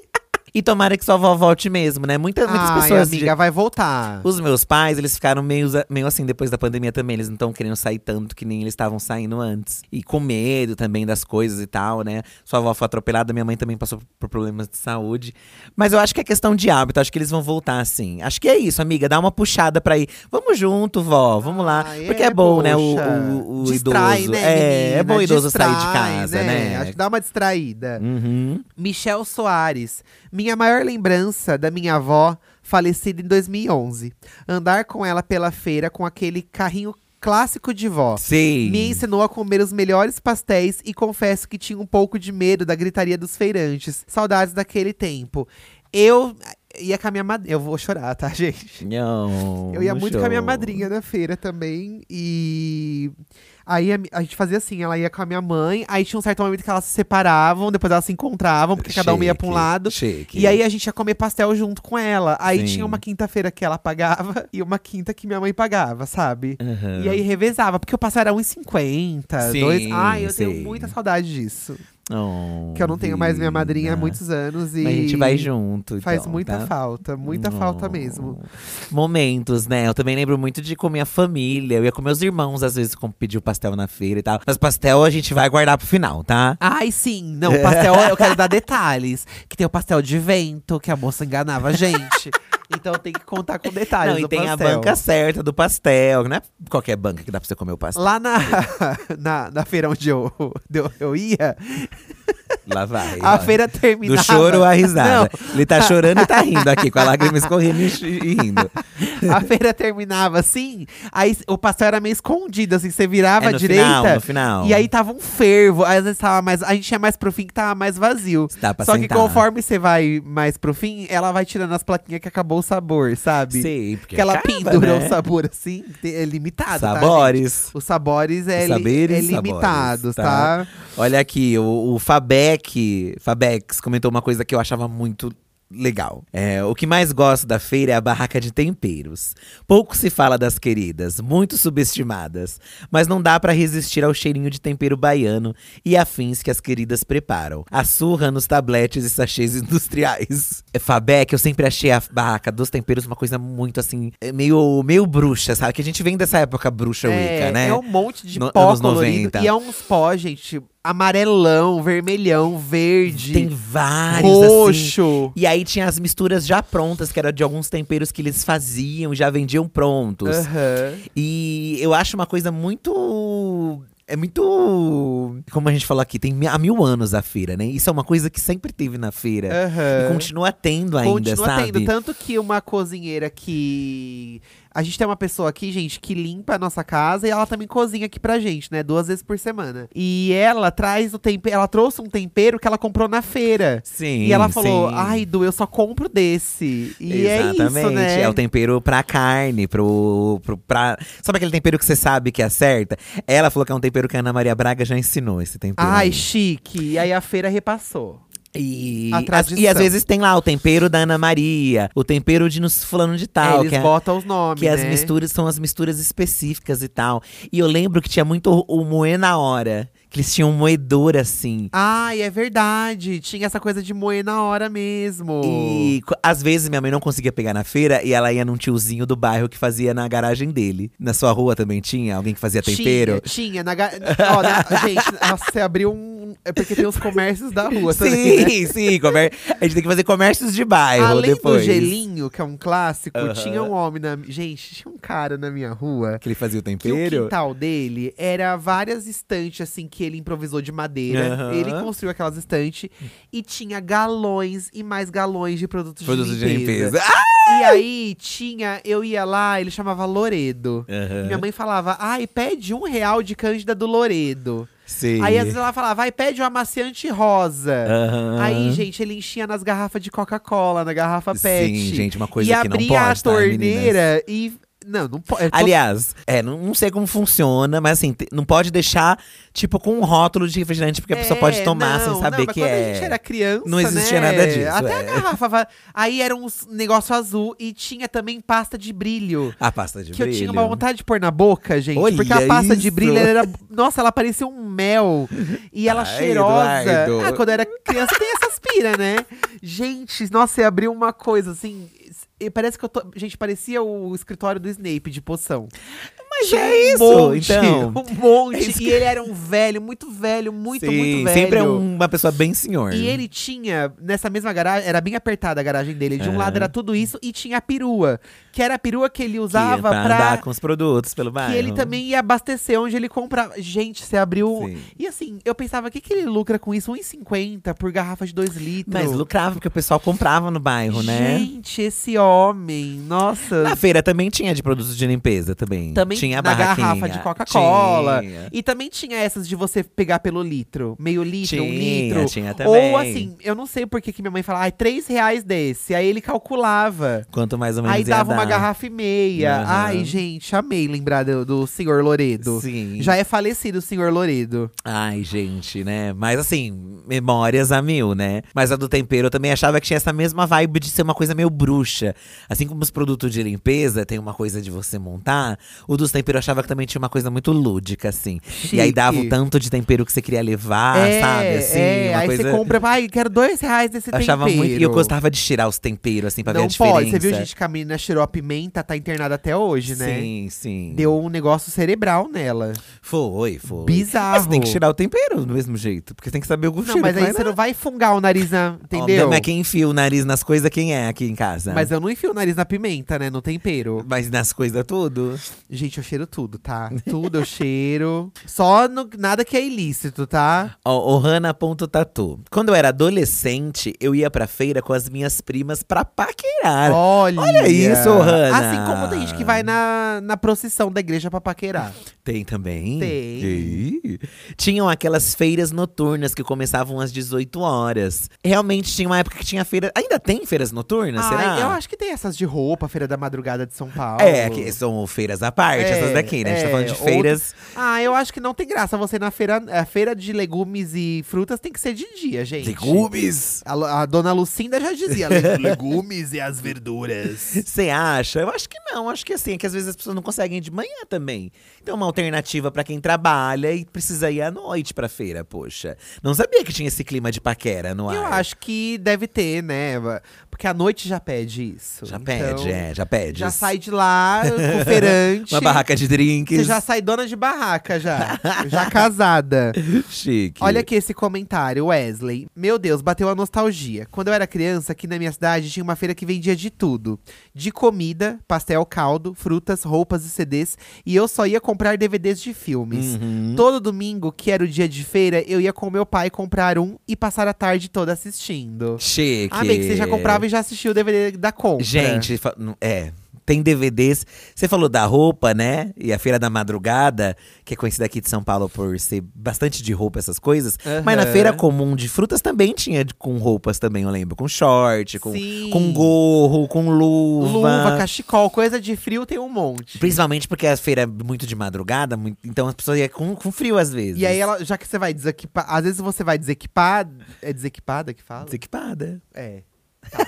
e tomara que sua avó volte mesmo, né? Muita, muitas Ai, pessoas… de- amiga, vai voltar. Os meus pais, eles ficaram meio, meio assim depois da pandemia também. Eles não estão querendo sair tanto que nem eles estavam saindo antes. E com medo também das coisas e tal, né? Sua avó foi atropelada, minha mãe também passou por problemas de saúde. Mas eu acho que é questão de hábito, acho que eles vão voltar assim. Acho que é isso, amiga. Dá uma puxada pra ir. Vamos junto, vó, vamos lá. Ah, Porque é, é, bom, né? O, poxa. o, o Distrai, idoso. Né, é, menina? é bom o idoso sair de Distrai, casa, né? Acho que dá uma distraída. Uhum. Michel Soares. Minha maior lembrança da minha avó, falecida em 2011. Andar com ela pela feira com aquele carrinho clássico de vó. Sim. Me ensinou a comer os melhores pastéis e confesso que tinha um pouco de medo da gritaria dos feirantes. Saudades daquele tempo. Eu ia com a minha madrinha. Eu vou chorar, tá, gente? Não, Eu ia muito com a minha show. madrinha na feira também. E aí a, mi- a gente fazia assim, ela ia com a minha mãe, aí tinha um certo momento que elas se separavam, depois elas se encontravam, porque cada uma ia pra um Chique, lado. chique. E aí a gente ia comer pastel junto com ela. Aí Sim. tinha uma quinta-feira que ela pagava e uma quinta que minha mãe pagava, sabe? Aham. E aí revezava, porque o pastel era 1,50, 2. É. Sim, Ai, eu sim. tenho muita saudade disso. Oh, Que eu não tenho mais minha madrinha há vida. muitos anos e Uhum. Mas a gente vai junto. faz então, muita tá? falta, muita falta Oh. mesmo. Momentos, né? Eu também lembro muito de ir com minha família. Eu ia com meus irmãos, às vezes, com- pedir o pastel na feira e tal. Mas pastel a gente vai guardar pro final, tá? Ai, sim. Não, pastel, eu quero dar detalhes. Que tem o pastel de vento, que a moça enganava a gente. então tem que contar com detalhes não, e do tem Ah, pastel. a banca certa do pastel, né? Qualquer banca que dá pra você comer o pastel. Lá na, na, na feira onde eu, eu, eu ia, Lá vai. a ó. feira terminava… Do choro à Não, risada. Ele tá chorando e tá rindo aqui, com a lágrima escorrendo e chi- e rindo. a feira terminava assim, aí o pastel era meio escondido, assim. Você virava É, à no direita, final, no final. e aí tava um fervo. Aí às vezes tava mais… A gente ia mais pro fim, que tava mais vazio. Dá pra Só sentar. que conforme você vai mais pro fim, ela vai tirando as plaquinhas que acabou o sabor, sabe? Sei, porque Que ela acaba, pendura né? o sabor assim, te- é limitado. Tá, Sabores. gente? Os sabores é, Os li- saberes, é limitado, tá? sabores, Olha aqui, o, o Fabec, Fabex comentou uma coisa que eu achava muito legal. É, o que mais gosto da feira é a barraca de temperos. Pouco se fala das queridas, muito subestimadas, mas não dá pra resistir ao cheirinho de tempero baiano e afins que as queridas preparam. A surra nos tabletes e sachês industriais. É, Fabec, eu sempre achei a barraca dos temperos uma coisa muito assim, é, meio, meio bruxa, sabe? Que a gente vem dessa época bruxa Wicca, é, né? é um monte de No- pó anos colorido. 90. E é uns pó, gente, amarelão, vermelhão, verde, Tem vários, assim. roxo. E aí tinha as misturas já prontas, que era de alguns temperos que eles faziam, e já vendiam prontos. Aham. E eu acho uma coisa muito. É muito. Como a gente falou aqui, tem mi- há mil anos a feira, né? Isso é uma coisa que sempre teve na feira. E Aham. continua tendo É. ainda, Continua sabe? tendo. Tanto que uma cozinheira que A gente tem uma pessoa aqui, gente, que limpa a nossa casa e ela também cozinha aqui pra gente, né? Duas vezes por semana. E ela traz o tempero. Ela trouxe um tempero que ela comprou na feira. Sim. e ela falou: sim. Ai, Du, eu só compro desse. E é isso, Exatamente. né? É o tempero pra carne, pro, pro pra... Sabe aquele tempero que você sabe que acerta? Ela falou que é um tempero que a Ana Maria Braga já ensinou esse tempero. Ai, aí. chique. E aí a feira repassou. E, A as- tradição. e às vezes tem lá o tempero da Ana Maria, o tempero de nos fulano de tal. Eles que é- botam os nomes. que as né? misturas são as misturas específicas e tal. E eu lembro que tinha muito o- o moer na hora. Que eles tinham um moedor assim. Ai, é verdade. Tinha essa coisa de moer na hora mesmo. E co- às vezes minha mãe não conseguia pegar na feira e ela ia num tiozinho do bairro que fazia na garagem dele. Na sua rua também tinha alguém que fazia é tempero? Tinha, tinha. Na, ga- ó, na- gente, nossa, você abriu um. É porque tem os comércios da rua também. né? Sim, sim. comer- A gente tem que fazer comércios de bairro Além depois. do gelinho, que é um clássico, Aham. tinha um homem na. Gente, tinha um cara na minha rua. Que ele fazia o Que o tempero? quintal dele era várias estantes, assim, que ele improvisou de madeira. Aham. Ele construiu aquelas estantes. E tinha galões e mais galões de Ah! produtos Produto de limpeza. E aí tinha, eu ia lá, ele chamava Loredo. Aham, Minha mãe falava, ai, pede um real de Cândida do Loredo. Sim. Aí às vezes ela falava, ai, pede um amaciante rosa. Aham. Aí, é gente, ele enchia nas garrafas de Coca-Cola, na garrafa PET. Sim, gente, uma coisa e que não pode, abria a tá, hein, meninas? torneira Tipo e. Não, não pode. Aliás, é, não, não sei como funciona, mas assim, te- não pode deixar, tipo, com um rótulo de refrigerante, porque a pessoa pode tomar sem saber É, mas que quando é. A gente era criança, Não existia né, nada disso, Até é. a garrafa. va- Aí era um s- negócio azul e tinha também pasta de brilho. A pasta de Que brilho. eu tinha uma vontade de pôr na boca, gente. Olha porque a pasta de isso! brilho ela era. Nossa, ela parecia um mel. E ela Ai, cheirosa. Eduardo. Ah, quando eu era criança tem essas pira, né? Gente, nossa, eu abri uma coisa assim. e Parece que eu tô. Gente, parecia o escritório do Snape de poção. Mas Tinha é isso, então. Um monte. É isso E ele era um velho, muito velho, muito, Sim, muito velho. Sempre é uma pessoa bem senhor. E ele tinha, nessa mesma garagem, era bem apertada a garagem dele. De um Aham. lado era tudo isso e tinha a perua. Que era a perua que ele Que ia usava pra pra andar com os produtos pelo bairro. que ele também ia abastecer onde ele comprava. Gente, você abriu. Sim. E assim, eu pensava, o que, que ele lucra com isso? 1,50 por garrafa de 2 litros. Mas lucrava, porque o pessoal comprava no bairro, né? Gente, esse homem, nossa. Na feira também tinha de produtos de limpeza também. também tinha a na garrafa de barraquinha. Coca-Cola. Tinha. E também tinha essas de você pegar pelo litro. Meio litro, um Tinha, litro. tinha também. Ou assim, eu não sei por que que minha mãe fala, ai, 3 reais desse. Aí ele calculava. Quanto mais ou menos Aí ia dava uma dar. garrafa e meia. Aham. Ai, gente, amei lembrar do, do senhor Loredo. Sim. Já é falecido o senhor Loredo. Ai, gente, né? Mas assim, memórias a mil, né? Mas a do tempero eu também achava que tinha essa mesma vibe de ser uma coisa meio bruxa. Assim como os produtos de limpeza tem uma coisa de você montar, o dos temperos eu achava que também tinha uma coisa muito lúdica, assim. E aí dava o Chique. tanto de tempero que você queria levar, sabe? Assim, é, uma aí coisa. você compra, ai, quero dois reais desse eu tempero. achava muito. E eu gostava de tirar os temperos, assim, pra Não ver a diferença. pode, você viu, gente, que a menina cheirou a pimenta, tá internada até hoje, né? Sim, sim. Deu um negócio cerebral nela. Foi, foi. Bizarro. Mas você tem que tirar o tempero do mesmo jeito, porque tem que saber o gosto Não, mas aí você não vai fungar o nariz, na, entendeu? Entendeu? Mas quem é enfia o nariz nas coisas, quem é aqui em casa? Mas eu não enfio o nariz na pimenta, né? No tempero. Mas nas coisas tudo. Gente, eu cheiro tudo, tá? Tudo eu cheiro. Só no- nada que é ilícito, tá? Ó, Ohana.tatu. Quando eu era adolescente, eu ia pra feira com as minhas primas pra paquerar. Olha, olha isso, Hannah. Assim como tem gente que vai na, na procissão da igreja pra paquerar. Tem também? Tem. Ih. Tinham aquelas feiras noturnas que começavam às 18 horas. Realmente tinha uma época que tinha feira. Ainda tem feiras noturnas, Ai, né? será? Ah, Eu acho que tem essas de roupa, Feira da Madrugada de São Paulo. É, que são feiras à parte, É, essas daqui, né? A gente é, tá falando de outras- feiras. Ah, eu acho que não tem graça você ir na feira. A feira de legumes e frutas tem que ser de dia, gente. Legumes! A, Lu- a dona Lucinda já dizia: "Le- legumes e as verduras. Você acha? Eu acho que não. Acho que assim, é que às vezes as pessoas não conseguem ir de manhã também. Então, uma alternativa pra quem trabalha e precisa ir à noite pra feira, poxa. Não sabia que tinha esse clima de paquera no ar. Eu acho que deve ter, né? Porque a noite já pede isso. Já Então, pede, é, já pede. Já sai de lá, com o feirante. Uma barraca de drinks. Você já sai dona de barraca, já. já casada. Chique. Olha aqui esse comentário, Wesley. Meu Deus, bateu a nostalgia. Quando eu era criança, aqui na minha cidade tinha uma feira que vendia de tudo: de comida, pastel, caldo, frutas, roupas e CDs. E eu só ia comprar DVDs de filmes. Uhum. Todo domingo, que era o dia de feira, eu ia com meu pai comprar um e passar a tarde toda assistindo. Ah, Chique. Amei que você já comprava e já assistiu o DVD da compra. Gente, fa- não- é. tem DVDs. Você falou da roupa, né? E a Feira da Madrugada, que é conhecida aqui de São Paulo por ser bastante de roupa, essas coisas. Mas na Aham. feira comum de frutas também tinha de- com roupas também, eu lembro. Com short, com, Sim. com gorro, com luva. Luva, cachecol, coisa de frio tem um monte. Principalmente porque a feira é muito de madrugada, muito- então as pessoas iam com, com frio às vezes. E aí, ela, já que você vai desequipar. Às vezes você vai desequipar. É desequipada que fala? Desequipada. É. tá.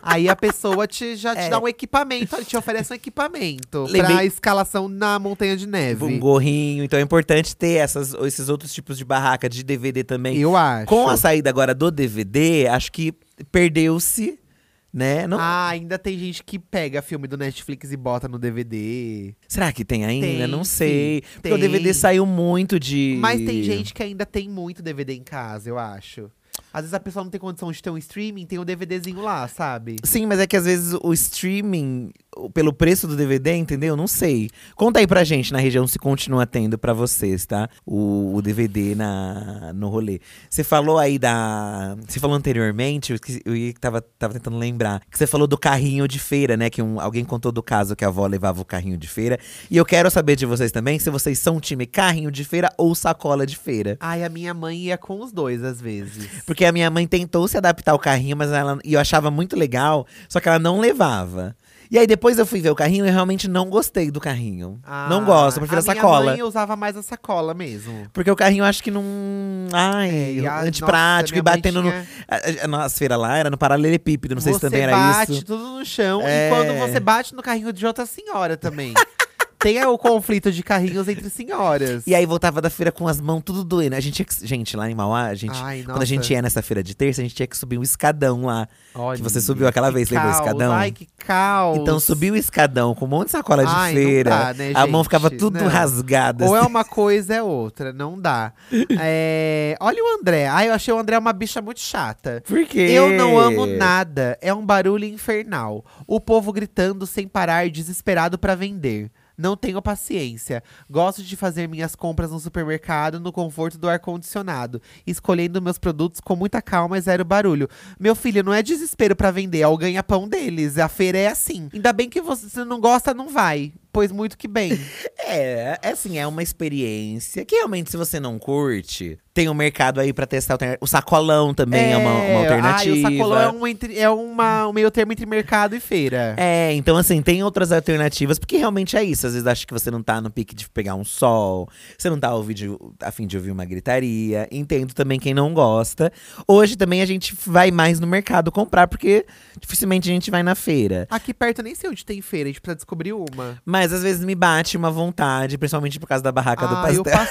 aí a pessoa te, já te É. dá um equipamento, ela te oferece um equipamento pra Lembrei- escalação na Montanha de Neve. Um gorrinho. Então é importante ter essas, esses outros tipos de barraca de DVD também. Eu acho. Com a saída agora do DVD, acho que perdeu-se, né? Não- Ah, ainda tem gente que pega filme do Netflix e bota no DVD. Será que tem ainda? Tem, não sei. sim, Porque o DVD tem. saiu muito de. Mas tem gente que ainda tem muito DVD em casa, eu acho. Às vezes a pessoa não tem condição de ter um streaming, tem um DVDzinho lá, sabe? Sim, mas é que às vezes o streaming, o- pelo preço do DVD, entendeu? Não sei. Conta aí pra gente na região se continua tendo pra vocês, tá? O, o DVD na, no rolê. Você falou aí da. Você falou anteriormente, eu, esqueci- eu ia- tava, tava tentando lembrar. Que você falou do carrinho de feira, né? Que um- alguém contou do caso que a avó levava o carrinho de feira. E eu quero saber de vocês também se vocês são time carrinho de feira ou sacola de feira. Ai, a minha mãe ia com os dois às vezes. Porque a minha mãe tentou se adaptar ao carrinho, mas ela, e eu achava muito legal, só que ela não levava. E aí depois eu fui ver o carrinho e eu realmente não gostei do carrinho. não gosto, eu prefiro Ah, a, minha sacola. mãe usava mais a sacola mesmo. Porque o carrinho eu acho que não. É, Ai, e a- antiprático nossa, e minha mãe batendo tinha- no. A, a- a nossa feira lá era no paralelepípedo, não sei se Você também era bate isso. tudo no chão É. e quando você bate no carrinho de outra senhora também. Tem o conflito de carrinhos entre senhoras. E aí voltava da feira com as mãos tudo doendo. A gente, tinha que- gente lá em Mauá, a gente, Ai, quando a Ah, gente nossa. ia nessa feira de terça, a gente tinha que subir um escadão lá. Olha, que você subiu aquela vez, lembra o caos, escadão? Ai, que caos. Então subiu o escadão com um monte de sacola de Ai, não feira. dá, né, a mão gente? ficava tudo Não. rasgada. Ou é assim. uma coisa, é outra. Não dá. É, Olha o André. Ai, eu achei o André uma bicha muito chata. Por quê? Eu não amo nada. É um barulho infernal. O povo gritando sem parar, desesperado pra vender. Não tenho paciência. Gosto de fazer minhas compras no supermercado, no conforto do ar-condicionado, escolhendo meus produtos com muita calma e zero barulho. Meu filho, não é desespero pra vender, é o ganha-pão deles. A feira é assim. Ainda bem que você se não gosta, não vai. Pois muito que bem. É, é assim, é uma experiência que realmente, se você não curte, tem um mercado aí pra testar. alterna- O sacolão também é, uma, uma alternativa. Ai, o sacolão é, um entre- é uma- um meio termo entre mercado e feira. É, então assim, tem outras alternativas, porque realmente é isso. Às vezes acha que você não tá no pique de pegar um sol, você não tá ao vídeo a fim de ouvir uma gritaria. Entendo também quem não gosta. Hoje também a gente vai mais no mercado comprar, porque dificilmente a gente vai na feira. Aqui perto eu nem sei onde tem feira, a gente precisa descobrir uma. Mas às vezes me bate uma vontade, principalmente por causa da barraca do Ai, pastel. Ah, o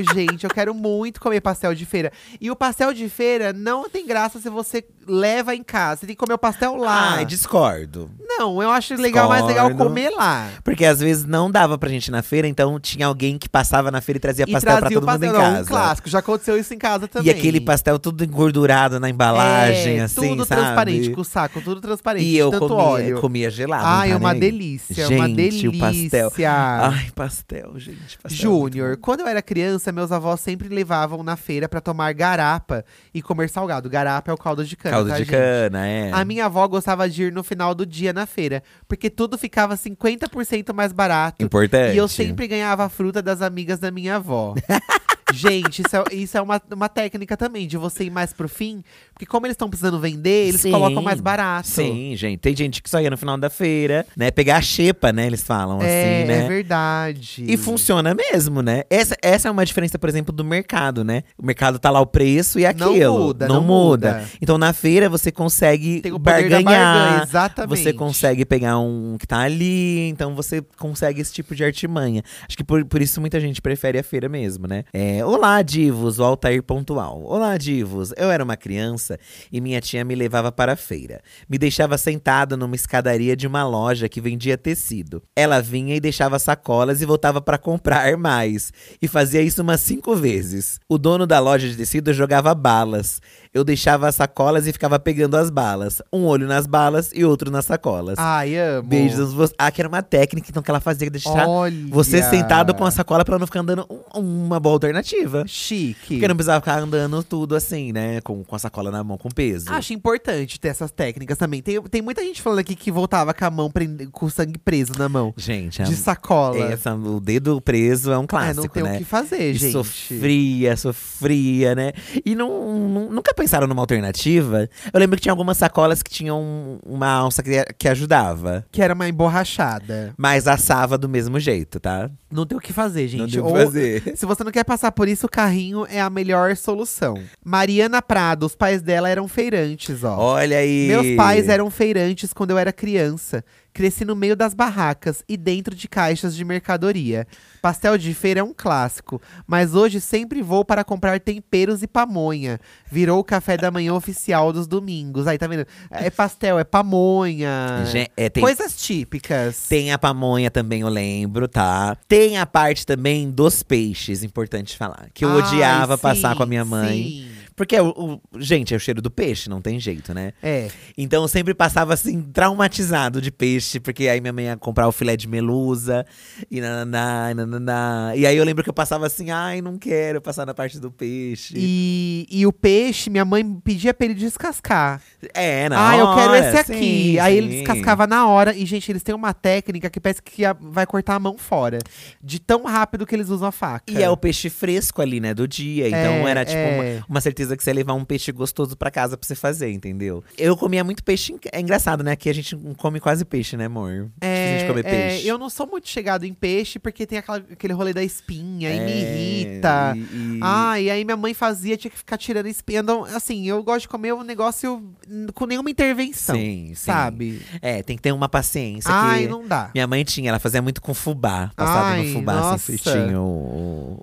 pastel, gente, eu quero muito comer pastel de feira. E o pastel de feira não tem graça se você leva em casa. Você tem que comer o pastel lá. Ai, discordo. Não, eu acho legal, mais legal Ah, Discordo. comer lá. Porque às vezes não dava pra gente ir na feira, então tinha alguém que passava na feira e trazia pastel pra todo mundo em não, um casa. clássico, já aconteceu isso em casa também. e aquele pastel todo engordurado na embalagem, É, assim, Tudo sabe? transparente, com o saco, tudo transparente. E eu é tanto comia, óleo. comia gelado. não Ai, é tá uma nem aí. delícia, é uma Gente, delícia. o pastel. é Ai, pastel, gente. pastel é Júnior, quando eu era criança, meus avós sempre levavam na feira pra tomar garapa e comer salgado. Garapa é o caldo de muito bom. cana, Caldo tá, de gente? cana, é. A minha avó gostava de ir no final do dia na feira, porque tudo ficava 50% mais barato. Importante. E eu sempre ganhava a fruta das amigas da minha avó. Gente, isso é, isso é uma, uma técnica também, de você ir mais pro fim. Porque como eles estão precisando vender, eles Sim. colocam mais barato. Sim, gente. Tem gente que só ia no final da feira, né? Pegar a xepa, né? Eles falam é, assim, né? é verdade. E funciona mesmo, né? Essa, essa é uma diferença, por exemplo, do mercado, né? O mercado tá lá o preço e Não aquilo. muda, não muda. Então na feira você consegue Tem o poder da barganha, barganhar. exatamente. Você consegue pegar um que tá ali, então você consegue esse tipo de artimanha. Acho que por, por isso muita gente prefere a feira mesmo, né? É, Olá, divos, o Altair pontual. Olá, divos. Eu era uma criança e minha tia me levava para a feira. Me deixava sentado numa escadaria de uma loja que vendia tecido. Ela vinha e deixava sacolas e voltava para comprar mais. E fazia isso umas cinco vezes. O dono da loja de tecido jogava balas. eu deixava as sacolas e ficava pegando as balas. Um olho nas balas e outro nas sacolas. Ai, amo. Beijos. vo- Ah, que era uma técnica então que ela fazia deixar Olha. você sentado com a sacola pra não ficar andando um- uma boa alternativa. Chique. Porque não precisava ficar andando tudo assim, né? Com, com a sacola na mão, com peso. Acho importante ter essas técnicas também. Tem, tem muita gente falando aqui que voltava com a mão prende- com o sangue preso na mão. Gente, a- De sacola. essa- o dedo preso é É, um não clássico, tem né? o que fazer, E gente. sofria, sofria, né? E não, nu- nunca pensaram numa alternativa. Eu lembro que tinha algumas sacolas que tinham um, uma alça que, que ajudava. Que era uma emborrachada. Mas assava do mesmo jeito, tá? Não tem o que fazer, gente. não deu Ou- pra fazer. Se você não quer passar por isso, o carrinho é a melhor solução. Mariana Prado, os pais dela eram feirantes, ó. Olha aí. Meus pais eram feirantes quando eu era criança. Cresci no meio das barracas e dentro de caixas de mercadoria. Pastel de feira é um clássico, mas hoje sempre vou para comprar temperos e pamonha. Virou o café da manhã oficial dos domingos. Aí, tá vendo? É pastel, é pamonha. Gen- é, tem, Coisas típicas. tem a pamonha também, eu lembro, tá? Tem a parte também dos peixes, importante falar. Que eu Ai, odiava sim, passar com a minha mãe. sim. Porque, o, o- gente, é o cheiro do peixe, não tem jeito, né? É. Então eu sempre passava assim, traumatizado de peixe, porque aí minha mãe ia comprar o filé de melusa e nananá, e nananá. E aí eu lembro que eu passava assim, ai, não quero passar na parte do peixe. E, e o peixe, minha mãe pedia pra ele descascar. É, na ah, eu quero hora, esse sim, aqui. Aí ele sim. descascava na hora. E, gente, eles têm uma técnica que parece que a- vai cortar a mão fora. De tão rápido que eles usam a faca. E é o peixe fresco ali, né, do dia. Então É, era tipo é. uma, uma certeza que você ia levar um peixe gostoso pra casa pra você fazer, entendeu? Eu comia muito peixe. em ca- É engraçado, né? Aqui a gente não come quase peixe, né, amor? Difícil a gente comer é, peixe. Eu não sou muito chegado em peixe, porque tem aquela- aquele rolê da espinha e me É, irrita. e- e- Ah, e aí minha mãe fazia, tinha que ficar tirando espinha. Então, assim, eu gosto de comer um negócio hum, com nenhuma intervenção, sim, sim. então, sabe? É, tem que ter uma paciência. Ai, que não dá. Minha mãe tinha, ela fazia muito com fubá. Passava Ai, no fubá, nossa. assim, fritinho, o,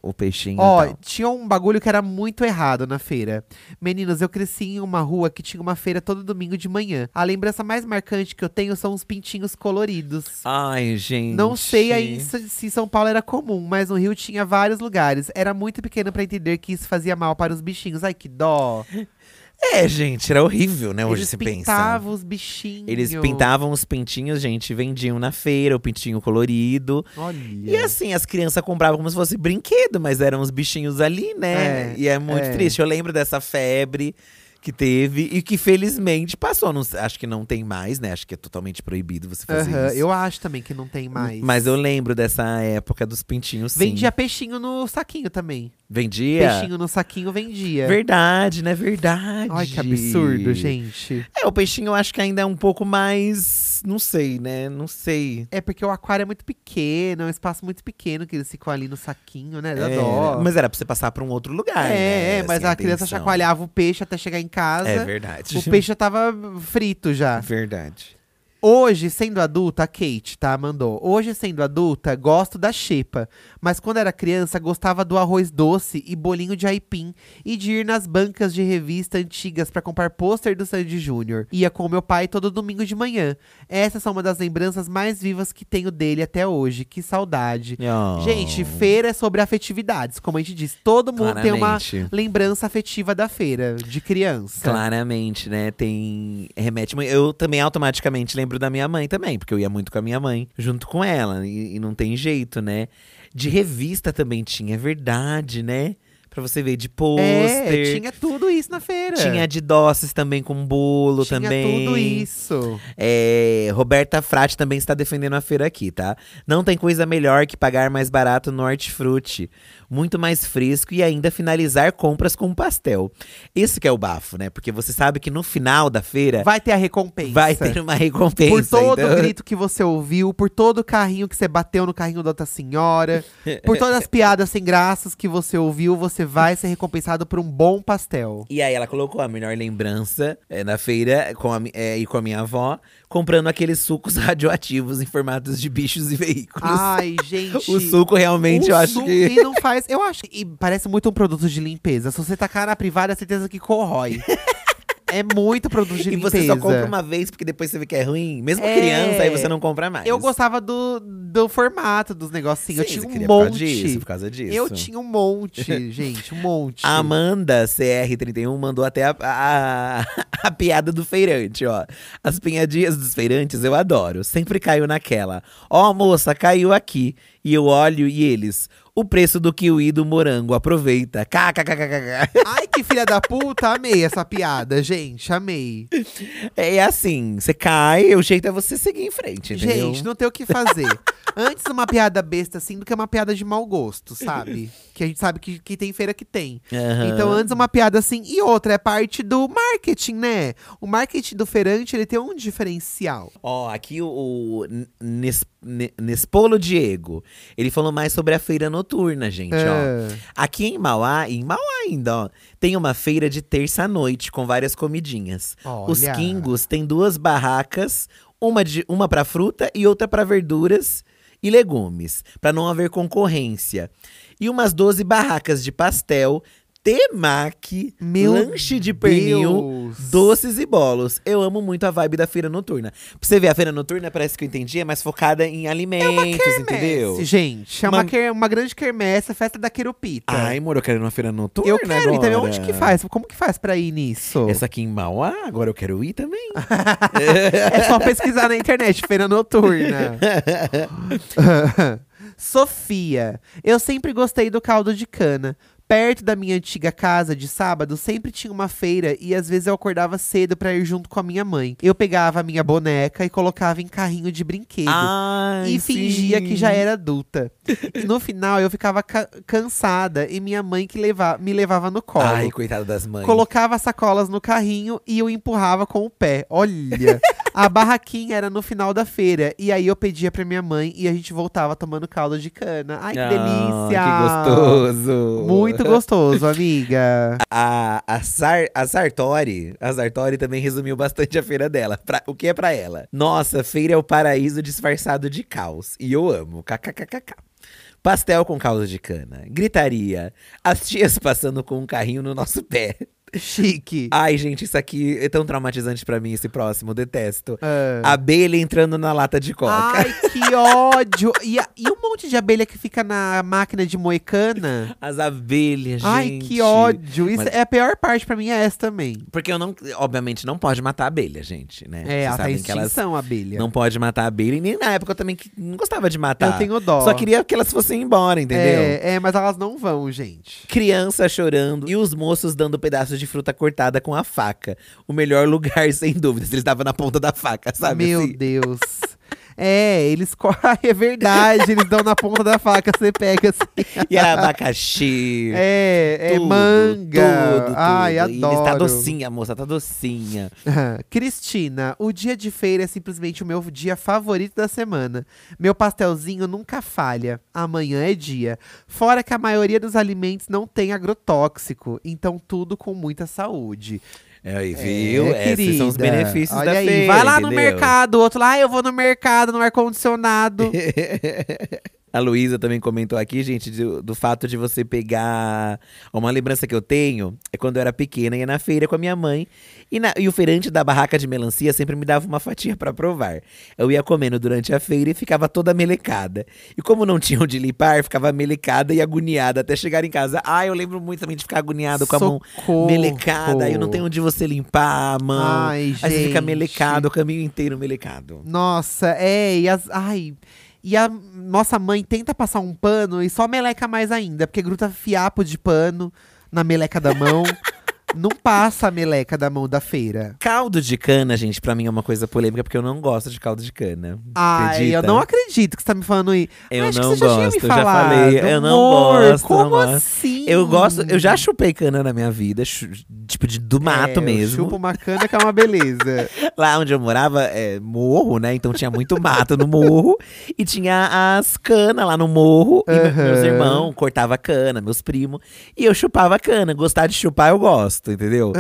o- o peixinho Ó, e tal. tinha um bagulho que era muito errado na feira. Meninos, eu cresci em uma rua que tinha uma feira todo domingo de manhã. A lembrança mais marcante que eu tenho são os pintinhos coloridos. Ai, gente. Não sei aí se se em São Paulo era comum, mas no Rio tinha vários lugares. Era muito pequeno pra entender que isso fazia mal para os bichinhos. Ai, que dó. É, gente, era horrível, né? Hoje Eles se pensa. pintavam os bichinhos. Eles pintavam os pintinhos, gente, e vendiam na feira, o pintinho colorido. Olha. E assim, as crianças compravam como se fosse brinquedo, mas eram os bichinhos ali, né? É, e é muito é. triste. Eu lembro dessa febre que teve e que felizmente passou. Não- acho que não tem mais, né? Acho que é totalmente proibido você fazer Aham, isso. Eu acho também que não tem mais. Mas assim, eu lembro dessa época dos pintinhos, sim. Vendia peixinho no saquinho também. Vendia? Peixinho no saquinho vendia. Verdade, né? Verdade. Ai, que absurdo, gente. É, o peixinho eu acho que ainda é um pouco mais… Não sei, né? Não sei. É porque o aquário é muito pequeno, é um espaço muito pequeno que eles ficam ali no saquinho, né? Dá É, dó. Mas era pra você passar pra um outro lugar, é, né? é, mas Assim, a criança atenção. chacoalhava o peixe até chegar em casa. É verdade. o peixe já tava frito já. Verdade. Hoje, sendo adulta, a Kate, tá? Mandou. Hoje, sendo adulta, gosto da xepa. Mas quando era criança, gostava do arroz doce e bolinho de aipim. E de ir nas bancas de revista antigas pra comprar pôster do Sandy Júnior. Ia com meu pai todo domingo de manhã. Essas são uma das lembranças mais vivas que tenho dele até hoje. Que saudade. Oh. Gente, feira é sobre afetividades. Como a gente disse, todo mundo tem uma Claramente. lembrança afetiva da feira, de criança. Claramente, né? Tem. Remete muito. Eu também automaticamente lembro da minha mãe também, porque eu ia muito com a minha mãe, junto com ela. E, e não tem jeito, né? De revista também tinha, é verdade, né? Pra você ver, de pôster. É, tinha tudo isso na feira. Tinha de doces também com bolo Tinha também. tudo isso. É, Roberta Frati também está defendendo a feira aqui, tá? Não tem coisa melhor que pagar mais barato no hortifruti. Muito mais fresco e ainda finalizar compras com pastel. Isso que é o bafo, né? Porque você sabe que no final da feira Vai ter a recompensa. É. vai, ter uma recompensa. Por todo então- grito que você ouviu, por todo carrinho que você bateu no carrinho da outra senhora, por todas as piadas sem graças que você ouviu, você vai ser recompensado por um bom pastel. E aí ela colocou a melhor lembrança é, na feira com a mi- é, e com a minha avó, comprando aqueles sucos radioativos em formatos de bichos e veículos. Ai, gente. o suco realmente Ah, o eu acho suco- que. E não faz. Eu acho que. e parece muito um produto de limpeza. Se você tacar na privada, é certeza que corrói. É muito produto de E limpeza. você só compra uma vez, porque depois você vê que é ruim. Mesmo É. criança, aí você não compra mais. Eu gostava do, do formato dos negocinhos. Sim, eu tinha você um queria por causa monte. disso, por causa disso. Eu tinha um monte, gente, um monte. A Amanda CR31 mandou até a, a- a piada do feirante, ó. As pinhadinhas dos feirantes eu adoro. Sempre caiu naquela. Ó, moça, caiu aqui. E eu olho e eles. O preço do kiwi e do morango, aproveita. KKKKK. Ai, que filha da puta, amei essa piada, gente, amei. É assim, você cai, o jeito é você seguir em frente, entendeu? Gente, não tem o que fazer. Antes uma piada besta assim do que uma piada de mau gosto, sabe? Que a gente sabe que, que tem feira que tem. Aham. Então antes uma piada assim e outra é parte do marketing, né? O marketing do feirante, ele tem um diferencial. Ó, aqui o, o N- Nes- Ne- Nespolo Diego. Ele falou mais sobre a feira noturna, gente, ó. É. Aqui em Mauá, em Mauá ainda, ó, tem uma feira de terça-noite com várias comidinhas. Os Ah, Olha. Kingos têm duas barracas, uma, de, uma pra fruta e outra pra verduras e legumes, pra não haver concorrência. E umas 12 barracas de pastel, temaki, Meu lanche de pernil, Deus. doces e bolos. Eu amo muito a vibe da feira noturna. Pra você ver, a feira noturna, parece que eu entendi, é mais focada em alimentos, entendeu? Quermesse, gente, é uma, Uma- quer- uma grande quermesse, a festa da Querupita. Ai, amor, eu quero ir numa feira noturna eu quero ir também. Onde que agora. faz? Como que faz pra ir nisso? Essa aqui em Mauá, agora eu quero ir também. É só pesquisar na internet, feira noturna. Sofia, eu sempre gostei do caldo de cana. Perto da minha antiga casa, de sábado, sempre tinha uma feira e às vezes eu acordava cedo pra ir junto com a minha mãe. Eu pegava a minha boneca e colocava em carrinho de brinquedo. Ai, E fingia sim. que já era adulta. E no final eu ficava ca- cansada e minha mãe que leva me levava no colo. Ai, coitada das mães. Colocava as sacolas no carrinho e eu empurrava com o pé. Olha! a barraquinha era no final da feira. E aí eu pedia pra minha mãe e a gente voltava tomando caldo de cana. Ai, que Ah, delícia! Que gostoso! Muito gostoso, amiga. A, a, Sar, a Sartori, a Sartori também resumiu bastante a feira dela. Pra- o que é pra ela? Nossa, feira é o paraíso disfarçado de caos. E eu amo. KKKKK. Pastel com caldo de cana. Gritaria. As tias passando com um carrinho no nosso pé. Chique. Ai, gente, isso aqui é tão traumatizante pra mim, esse próximo. Detesto. Ah. Abelha entrando na lata de coca. Ai, que ódio! E, a- e um monte de abelha que fica na máquina de moicana. As abelhas, Ai, gente. que ódio. Isso Mas- é a pior parte pra mim é essa também. Porque eu não. Obviamente não pode matar a abelha, gente, né? É, Vocês ela tá em sabem que elas extinção, a abelha. não pode matar a abelha. E nem na época eu também que não gostava de matar. Eu tenho dó. Só queria que elas fossem embora, entendeu? É, é, mas elas não vão, gente. Criança chorando e os moços dando pedaços de fruta cortada com a faca. O melhor lugar, sem dúvida. Se eles estavam na ponta da faca, sabe? Meu assim? Deus. É, eles correm. É verdade, eles dão na ponta da faca, você pega assim. E era abacaxi. É, é tudo, manga. Tudo, tudo. Ai, E adoro. Tá docinha, moça, tá docinha. Cristina, o dia de feira é simplesmente o meu dia favorito da semana. Meu pastelzinho nunca falha. Amanhã é dia. Fora que a maioria dos alimentos não tem agrotóxico, então tudo com muita saúde. É, Aí, viu? É, Esses são os querida. benefícios Olha da aí, feira, Vai lá no entendeu? mercado, o outro lá, "Ah, eu vou no mercado, no ar-condicionado. A Luísa também comentou aqui, gente, do, do fato de você pegar. Uma lembrança que eu tenho é quando eu era pequena, ia na feira com a minha mãe. E, na- e o feirante da barraca de melancia sempre me dava uma fatia pra provar. Eu ia comendo durante a feira e ficava toda melecada. E como não tinha onde limpar, ficava melecada e agoniada até chegar em casa. Ah, eu lembro muito também de ficar agoniado com a mão Socorro. melecada, aí não tem onde você limpar a mão. Ai, aí você fica gente. melecado, o caminho inteiro melecado. Nossa, é, e as. Ai. E a nossa mãe tenta passar um pano e só meleca mais ainda, porque gruda fiapo de pano na meleca da mão. Não passa a meleca da mão da feira. Caldo de cana, gente, pra mim é uma coisa polêmica, porque eu não gosto de caldo de cana. Ai, Acredita? eu não acredito que você tá me falando isso. Eu Acho não que você já tinha me gosto, eu já falado. falei, eu não Amor, gosto, não Como gosto. assim? Eu gosto, eu já chupei cana na minha vida, chu- tipo de, do mato É, eu mesmo. Chupa uma cana que é uma beleza. Lá onde eu morava, é morro, né? Então tinha muito mato no morro. E tinha as canas lá no morro. E me- meus Aham. irmãos cortavam cana, meus primos. E eu chupava cana. Gostar de chupar, eu gosto, entendeu?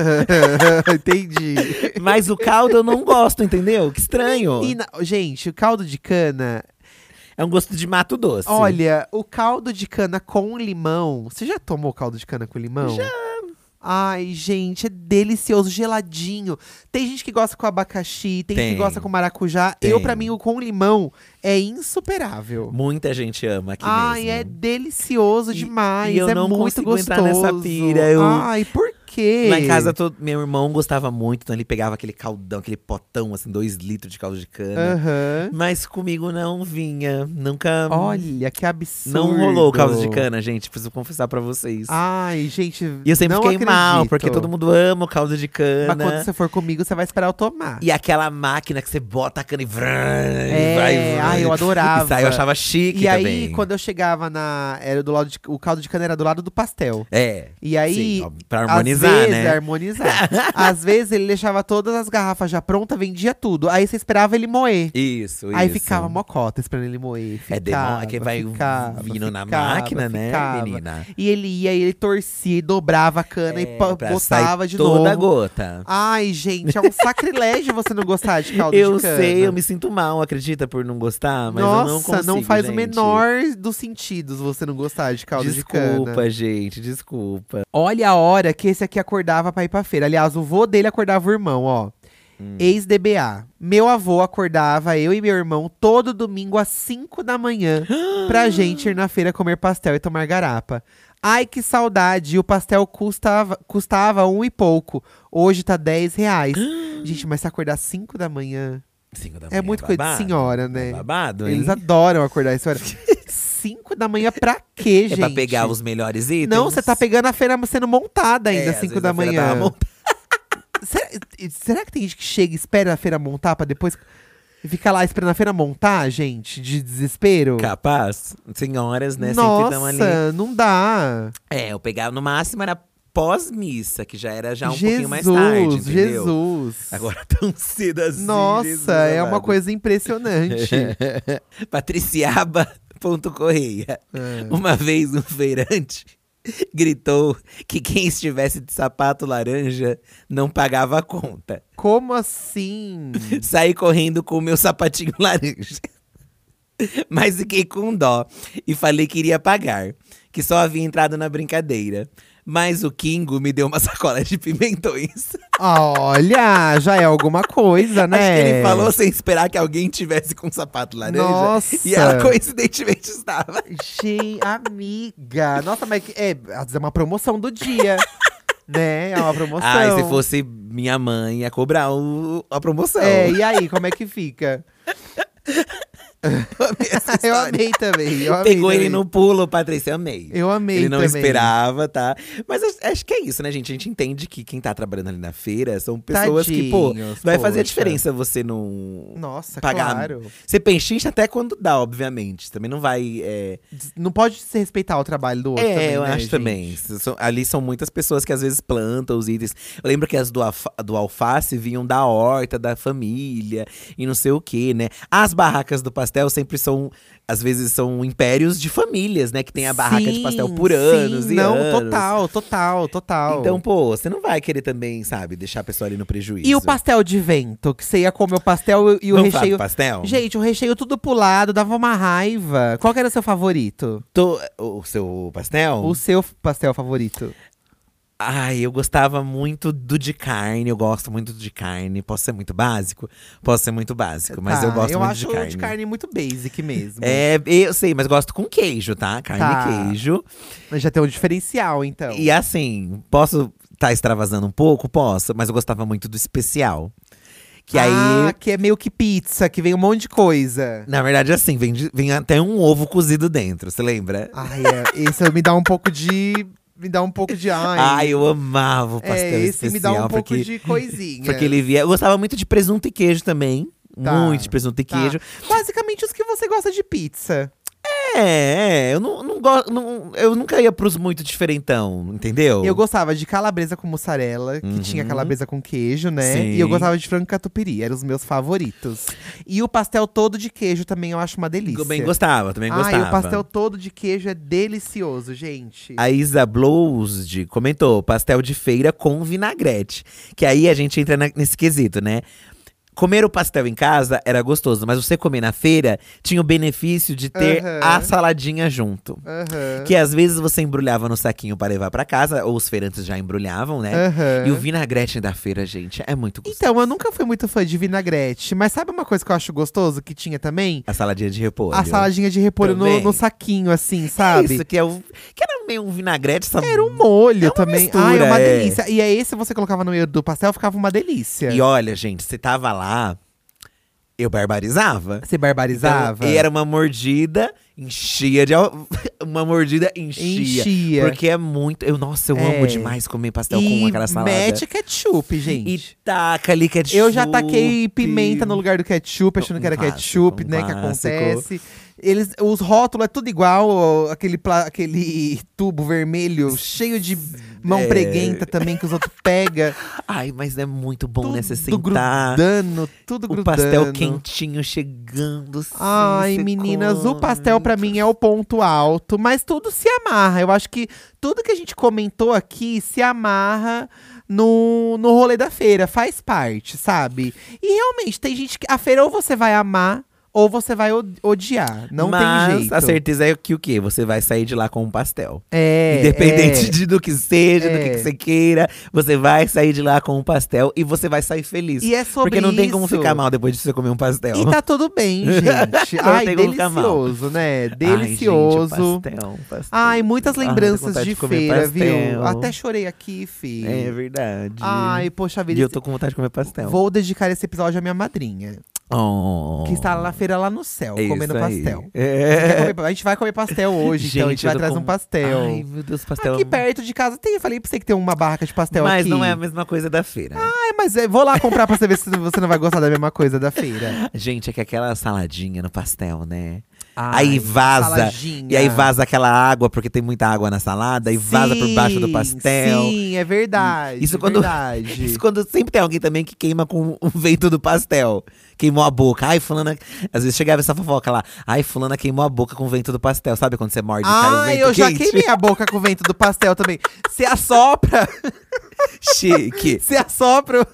Entendi. Mas o caldo eu não gosto, entendeu? Que estranho. E na- gente, o caldo de cana É um gosto de mato doce. Olha, o caldo de cana com limão. Você já tomou caldo de cana com limão? Já. Ai, gente, é delicioso, geladinho. Tem gente que gosta com abacaxi, tem, gente Tem. que gosta com maracujá. Tem. Eu, pra mim, o com limão é insuperável. Muita gente ama aqui Ai, mesmo. é delicioso E- demais. e eu é não muito consigo gostoso. entrar nessa pira, eu- Ai, por quê? Lá em casa, né? todo, meu irmão gostava muito, então ele pegava aquele caldão, aquele potão, assim, dois litros de caldo de cana. Aham. Mas comigo não vinha, nunca… Olha, que absurdo. Não rolou o caldo de cana, gente, preciso confessar pra vocês. Ai, gente. e eu sempre não fiquei mal, acredito. porque todo mundo ama o caldo de cana. Mas quando você for comigo, você vai esperar eu tomar. E aquela máquina que você bota a cana e… vrã, e É, vai, vrã. ai, eu adorava. Isso aí eu achava chique E aí, também. quando eu chegava na. Era do lado de- o caldo de cana era do lado do pastel. É, E aí. sim, ó, pra harmonizar, às vezes, né? harmonizar. às vezes ele deixava todas as garrafas já prontas, vendia tudo. Aí você esperava ele moer. Isso, isso. Aí ficava mocota esperando ele moer. É ficava, demônio que vai ficava, vindo na ficava, máquina, né, ficava. menina? E ele ia, e ele torcia, e dobrava a cana e É, pa- pra botava sair de toda a novo. gota. Ai, gente, é um sacrilégio você não gostar de caldo Eu de cana. sei, eu me sinto mal, acredita, por não gostar, mas Nossa, eu não consigo, faz o gente. menor dos sentidos você não gostar de caldo de cana. Desculpa, gente, desculpa. Olha a hora que esse aqui acordava pra ir pra feira. Aliás, o vô dele acordava o irmão, ó. Hum. Ex-DBA. Meu avô acordava eu e meu irmão todo domingo às 5 da manhã pra gente ir na feira comer pastel e tomar garapa. Ai, que saudade! E o pastel custava, custava um e pouco. Hoje tá 10 reais. gente, mas se acordar às 5 da manhã, Cinco da é manhã muito coisa de babado, senhora, né? é Babado, hein? Eles adoram acordar essa hora. 5 da manhã pra quê, é gente? pra pegar os melhores itens. Não, você tá pegando a feira sendo montada É, ainda, às 5 vezes da a feira dá manhã. uma monta- Será, e- será que tem gente que chega e espera a feira montar pra depois ficar lá esperando a feira montar, gente? De desespero? Capaz, senhoras, né, sempre Nossa, estão ali. não dá. É, eu pegava, no máximo era pós-missa, que já era já um Jesus, pouquinho mais tarde, entendeu? Jesus. Agora tão cedo assim, Nossa, Jesus é uma amado. coisa impressionante. É. Patriciaba.correia. Uma vez um feirante gritou que quem estivesse de sapato laranja não pagava a conta. Como assim? Saí correndo com o meu sapatinho laranja. Mas fiquei com dó e falei que iria pagar, que só havia entrado na brincadeira. Mas o Kingo me deu uma sacola de pimentões. Olha, já é alguma coisa, né? Acho que ele falou sem esperar que alguém tivesse com sapato laranja. Nossa. E ela coincidentemente estava. Gente, amiga. Nossa, mas que- é, às vezes é uma promoção do dia. né? É uma promoção. Ah, e se fosse minha mãe, ia cobrar o- a promoção. É, e aí, como é que fica? Eu amei essa Eu história. amei também. Eu amei Pegou ele também. no pulo, Patrícia, eu amei. Eu amei Ele não também. esperava, tá? Mas acho- acho que é isso, né, gente? A gente entende que quem tá trabalhando ali na feira são pessoas que, pô, Tadinhos, vai fazer poxa. a diferença você não Nossa, pagar. claro. Você pechincha até quando dá, obviamente. Também não vai. É, Des- Não pode se respeitar o trabalho do outro. é, também, eu né, acho gente? também. São- ali são muitas pessoas que às vezes plantam os itens. Eu lembro que as do, alfa- do alface vinham da horta, da família e não sei o quê, né? As barracas do pastel sempre são, às vezes, são impérios de famílias, né? Que tem a barraca de Sim, pastel por anos sim, e Não, anos. total, total, total. Então, pô, você não vai querer também, sabe, deixar a pessoa ali no prejuízo. e o pastel de vento? Que você ia comer o pastel e- e o não recheio. Sabe pastel? Gente, o recheio tudo pulado, dava uma raiva. Qual que era o seu favorito? Tô- o seu pastel? O seu pastel favorito? Ai, eu gostava muito do de carne, eu gosto muito do de carne. Posso ser muito básico? Posso ser muito básico, mas Tá, eu gosto eu muito acho de o carne. de carne muito basic mesmo. É, eu sei, mas gosto com queijo, tá? Carne Tá. e queijo. Mas já tem um diferencial, então. E assim, posso estar extravasando um pouco? Posso, mas eu gostava muito do especial. Que Ah, aí, que é meio que pizza, que vem um monte de coisa. na verdade, assim, vem, de- vem até um ovo cozido dentro, você lembra? Ai, é, esse me dá um pouco de… Me dá um pouco de… Ai, Ai, eu amava o pastel é, esse especial. me dá um pouco porque, de coisinha. porque ele via. Eu gostava muito de presunto e queijo também. Tá, Muito de presunto e tá. queijo. Basicamente, os que você gosta de pizza. É, é, eu não, não gosto. não- eu nunca ia pros muito diferentão, entendeu? Eu gostava de calabresa com mussarela, que Uhum. tinha calabresa com queijo, né? Sim. E eu gostava de frango catupiry, eram os meus favoritos. E o pastel todo de queijo também eu acho uma delícia. também gostava, também Ai, gostava. o pastel todo de queijo é delicioso, gente. A Isa Blousd comentou: pastel de feira com vinagrete. Que aí a gente entra na- nesse quesito, né? comer o pastel em casa era gostoso, mas você comer na feira tinha o benefício de ter Aham. a saladinha junto. Aham. Que às vezes você embrulhava no saquinho pra levar pra casa, ou os feirantes já embrulhavam, né? Aham. E o vinagrete da feira, gente, é muito gostoso. Então, eu nunca fui muito fã de vinagrete, mas sabe uma coisa que eu acho gostoso que tinha também? A saladinha de repolho. A saladinha de repolho no, Também. no saquinho, assim, É sabe? Isso, que, é o, que era meio um vinagrete, sabe? Era um molho É uma também. mistura, Ai, é uma é. delícia. E aí, se você colocava no meio do pastel, ficava uma delícia. E olha, gente, você tava lá, eu barbarizava. Você barbarizava? Então, e era uma mordida, enchia de. al- uma mordida enchia. Enchia. Porque é muito. Eu, nossa, eu É. amo demais comer pastel e com aquela salada. mete ketchup, gente. e taca ali ketchup. Eu já taquei pimenta no lugar do ketchup, achando que era Um clássico, ketchup, um né? Que clássico. acontece. Eles, os rótulos é tudo igual, ó, aquele, pla- aquele tubo vermelho cheio de mão É. preguenta também que os outros pegam. Ai, mas é muito bom, né? Você tudo sentar. grudando, tudo O grudando. pastel quentinho chegando. assim, Ai, você meninas, o come. pastel pra mim é o ponto alto, mas tudo se amarra. Eu acho que tudo que a gente comentou aqui se amarra no, no rolê da feira, faz parte, sabe? E realmente, tem gente que. A feira ou você vai amar ou você vai od- odiar. Não Mas tem jeito. a certeza é que o quê? Você vai sair de lá com um pastel. É, Independente é. de, do que seja, do que, É. que você queira, você vai sair de lá com um pastel e você vai sair feliz. E é sobre Porque não tem como isso. ficar mal depois de você comer um pastel. E tá tudo bem, gente. Não Ai, tem como ficar mal. delicioso, né? Ai, gente, Delicioso. pastel, um pastel. Ai, muitas Ai, lembranças vontade de, de comer feira, viu? pastel. Até chorei aqui, fi. É verdade. Ai, poxa vida. e eu tô com vontade de comer pastel. Vou dedicar esse episódio à minha madrinha, Oh. que está lá na feira lá no céu, É comendo isso aí. pastel. Você quer É. comer pa- a gente vai comer pastel hoje, então. A gente eu vai tô trazer com- um pastel. Ai, meu Deus, pastel. é um- Aqui perto de casa tem. Eu falei pra você que tem uma barraca de Ah, pastel Mas aqui. não é a mesma coisa da feira. Ai, mas é, vou lá comprar pra você ver se você não vai gostar da mesma coisa da feira. Gente, é que aquela saladinha no pastel, né? Ai, aí vaza. saladinha. E aí vaza aquela água, porque tem muita água na salada, e vaza por baixo do Sim, pastel. Sim, é verdade. Isso quando- Verdade. Isso quando sempre tem alguém também que queima com o vento do pastel. Queimou a boca. Ai, fulana. Às vezes chegava essa fofoca lá. Ai, fulana queimou a boca com o vento do pastel. Sabe quando você morde e cai o Ai, vento eu já quente? queimei a boca com o vento do pastel também. Se assopra, Chique. se assopra,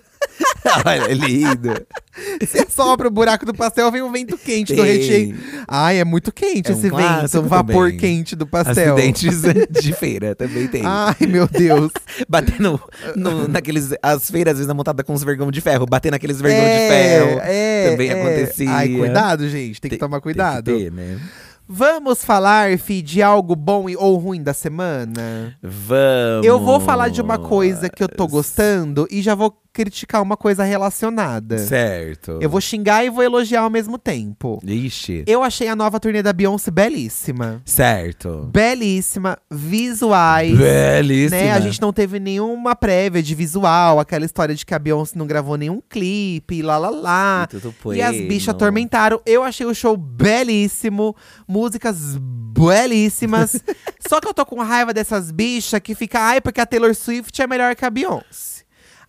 Olha, é lindo. se assopra o buraco do pastel, vem o vento quente do Tem. recheio. Ai, é muito quente É um esse vento, clássico um vapor também. quente do pastel. Ah. Acidentes de feira também tem. Ai, meu Deus. Batendo no, naqueles. As feiras, às vezes, na montada com os vergão de ferro. Batendo naqueles vergão de ferro. é, também é. acontecia. Ai, cuidado, gente, tem que Tem- tomar Tem que cuidado. ter, né? Vamos falar, Fi, de algo bom e- ou ruim da semana? Vamos. Eu vou falar de uma coisa que eu tô gostando e já vou criticar uma coisa relacionada. Certo. Eu vou xingar e vou elogiar ao mesmo tempo. Ixi. Eu achei a nova turnê da Beyoncé belíssima. Certo. Belíssima, visuais. Belíssima. Né? A gente não teve nenhuma prévia de visual, aquela história de que a Beyoncé não gravou nenhum clipe, lá lá lá. Tudo tá- E as bueno. bichas atormentaram. Eu achei o show belíssimo, músicas belíssimas. Só que eu tô com raiva dessas bichas que fica, ai, porque a Taylor Swift é melhor que a Beyoncé.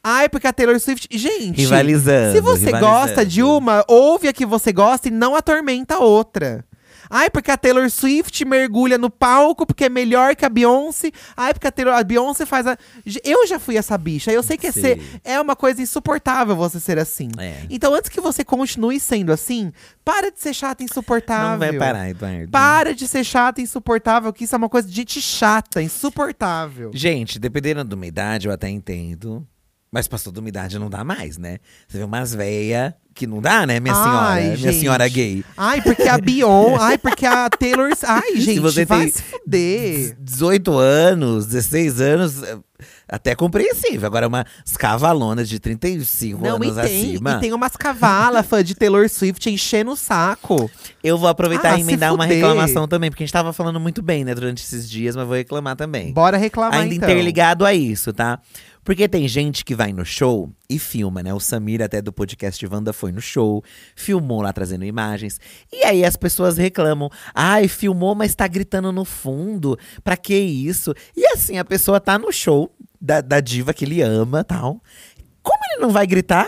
Ai, porque a Taylor Swift. Gente, Rivalizando. se você gosta de rivalizando. uma, ouve a que você gosta e não atormenta a outra. Ai, porque a Taylor Swift mergulha no palco porque é melhor que a Beyoncé. Ai, porque a, Taylor, a Beyoncé faz a. Ge- Eu já fui essa bicha. Eu sei que é Sim. ser, é uma coisa insuportável você ser assim. É. Então, antes que você continue sendo assim, para de ser chata e insuportável. Não vai parar, Eduardo. Para de ser chata e insuportável, que isso é uma coisa de gente chata, insuportável. Gente, dependendo de uma idade, eu até entendo. Mas passou de uma idade, não dá mais, né? Você vê umas véia que não dá, né, minha senhora? Ai, minha gente. senhora gay. Ai, porque a Bion, ai, porque a Taylor. Ai, Se gente, você vai tem se fuder. 18 anos, 16 anos, é, até compreensível. Agora, uma cavalonas de 35 Não, e anos tem, acima. e tem umas cavalas fã de Taylor Swift enchendo o saco. Eu vou aproveitar Ah, e se emendar uma fuder. reclamação também, porque a gente tava falando muito bem, né, durante esses dias, mas vou reclamar também. Bora reclamar Ainda então. interligado a isso, tá? Porque tem gente que vai no show e filma, né? O Samir, até do podcast Wanda, foi no show, filmou lá trazendo imagens. E aí as pessoas reclamam. Ai, filmou, mas tá gritando no fundo. Pra que isso? E assim, a pessoa tá no show da, da diva que ele ama tal. Como ele não vai gritar?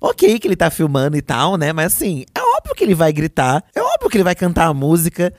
Ok, que ele tá filmando e tal, né? Mas assim, é óbvio que ele vai gritar, é óbvio que ele vai cantar a música.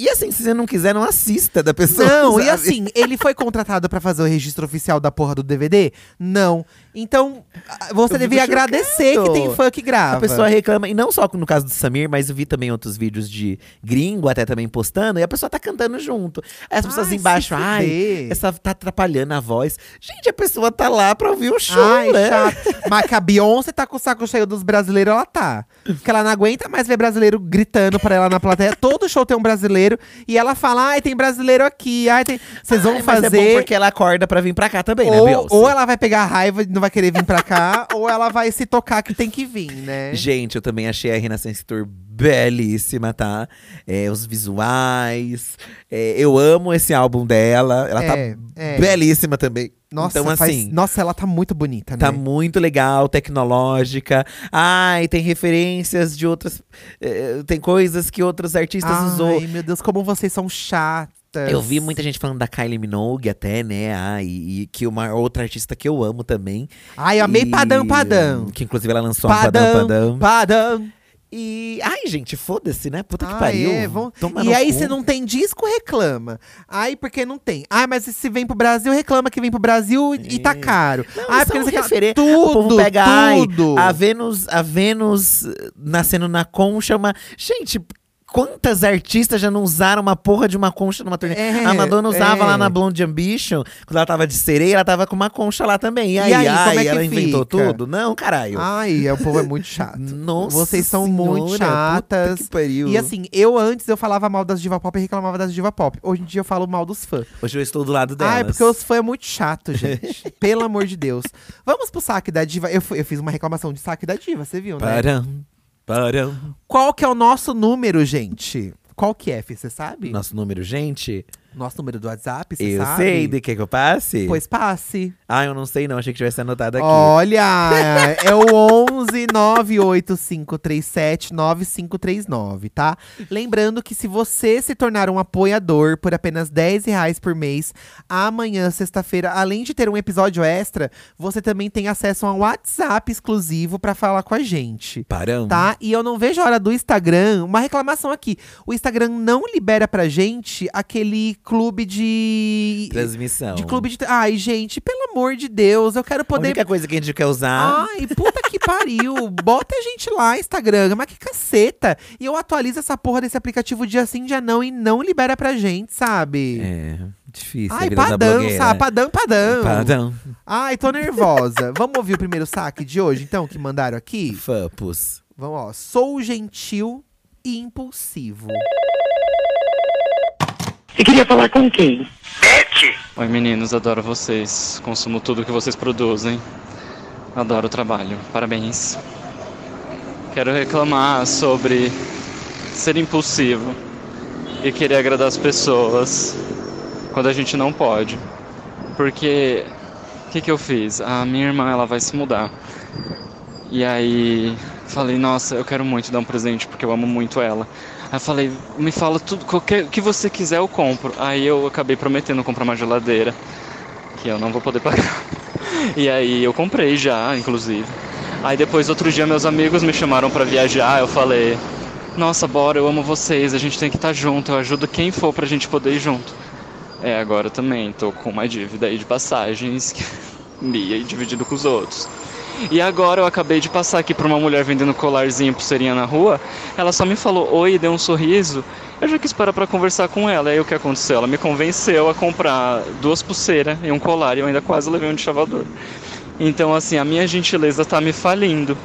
E assim, se você não quiser, não assista da pessoa. Não, sabe? e assim, ele foi contratado pra fazer o registro oficial da porra do DVD? Não. Então, a- você Eu devia fico chocado. agradecer que tem fã que grava. A pessoa é reclama, e não só no caso do Samir, mas eu vi também outros vídeos de gringo até também postando, e a pessoa tá cantando junto. Aí as pessoas Ai, embaixo, se ai, fuder." essa tá atrapalhando a voz. Gente, a pessoa tá lá pra ouvir o show, Ai, né? chato. Mas que a Beyoncé tá com o saco cheio dos brasileiros, ela tá. Porque ela não aguenta mais ver brasileiro gritando pra ela na plateia. Todo show tem um brasileiro. E ela fala, ai, tem brasileiro aqui. Ai, tem... Vocês vão Ai, mas fazer… é bom porque ela acorda pra vir pra cá também, né, ou, Beyoncé? ou ela vai pegar raiva e não vai querer vir pra cá. ou ela vai se tocar que tem que vir, né? Gente, eu também achei a Renascença Tour belíssima, tá? É, os visuais. é, eu amo esse álbum dela. Ela É, tá é. belíssima também. Nossa, então, faz- assim, nossa, ela tá muito bonita, Tá né? muito legal, tecnológica. Ai, tem referências de outras. eh, tem coisas que outros artistas usou. Ai, meu Deus, como vocês são chatas. Eu vi muita gente falando da Kylie Minogue até, né? Ai, e, e que uma outra artista que eu amo também. Ai, eu amei e- Padam Padam. Que inclusive ela lançou um Padam Padam, Padam. Padam. E. Ai, gente, foda-se, né? Puta que Ah, pariu. é, vão- Toma E no aí, cu. se não tem disco, reclama. Ai, porque não tem. Ai, mas se vem pro Brasil, reclama que vem pro Brasil e, e tá caro. É. Não, Ai, são porque não sei o que lá. referen- Tudo, o povo pega, ai, tudo. a Vênus, a Vênus eh, nascendo na concha, é uma… Gente, quantas artistas já não usaram uma porra de uma concha numa turnê? É, a Madonna usava é. lá na Blonde Ambition, quando ela tava de sereia, ela tava com uma concha lá também. E aí, aí, como ai, é que ela inventou fica? tudo? Não, caralho. Ai, é, o povo é muito chato. Nossa Vocês são muito Senhora, chatas. Puta que pariu. E assim, eu antes eu falava mal das diva pop e reclamava das diva pop. Hoje em dia eu falo mal dos fãs. Hoje eu estou do lado delas. Ai, porque os fãs é muito chato, gente. Pelo amor de Deus. Vamos pro saque da diva. Eu, fui- eu fiz uma reclamação de saque da diva, você viu, né? Param, param. Qual que é o nosso número, gente? Qual que é, Fih? Você sabe? Nosso número, gente, Nosso número do WhatsApp, você eu sabe? sei de que que eu passe. Pois passe. Ah, eu não sei não, achei que tivesse anotado aqui. Olha, é o 11 98537 9539, tá? Lembrando que se você se tornar um apoiador por apenas 10 reais por mês, amanhã, sexta-feira, além de ter um episódio extra, você também tem acesso a um WhatsApp exclusivo pra falar com a gente. Param. Tá? E eu não vejo a hora do Instagram. Uma reclamação aqui. O Instagram não libera pra gente aquele clube de. Transmissão. De clube de. Ai, gente, pelo amor de Deus, eu quero A poder. Ah. única coisa que a gente quer usar. Ai, puta que pariu. Bota a gente lá, Instagram. Mas que caceta. E eu atualizo essa porra desse aplicativo dia sim, dia não. E não libera pra gente, sabe? É, difícil. a Ai, vida da padão, blogueira. né? sabe? Padão, padão. Padão. Ai, tô nervosa. Vamos ouvir o primeiro saque de hoje, então, que mandaram aqui? Fapos. Vamos, ó. Sou gentil e impulsivo. Você queria falar com quem? Oi meninos, adoro vocês. Consumo tudo que vocês produzem. Adoro o trabalho. Parabéns. Quero reclamar sobre ser impulsivo e querer agradar as pessoas quando a gente não pode. Porque o que, que eu fiz? A minha irmã ela vai se mudar. E aí falei, nossa, eu quero muito dar um presente porque eu amo muito ela. Aí eu falei, me fala tudo, qualquer o que você quiser eu compro. Aí eu acabei prometendo comprar uma geladeira, que eu não vou poder pagar. E aí eu comprei já, inclusive. Aí depois outro dia meus amigos me chamaram pra viajar, eu falei, nossa, bora, eu amo vocês, a gente tem que estar junto, eu ajudo quem for pra gente poder ir junto. É, agora também, tô com uma dívida aí de passagens que minha e dividido com os outros. E agora eu acabei de passar aqui pra uma mulher vendendo colarzinho pulseirinha na rua. Ela só me falou oi e deu um sorriso. Eu já quis parar pra conversar com ela. Aí o que aconteceu? Ela me convenceu a comprar duas pulseiras e um colar. E eu ainda quase levei um de chavador. Então, assim, a minha gentileza tá me falindo.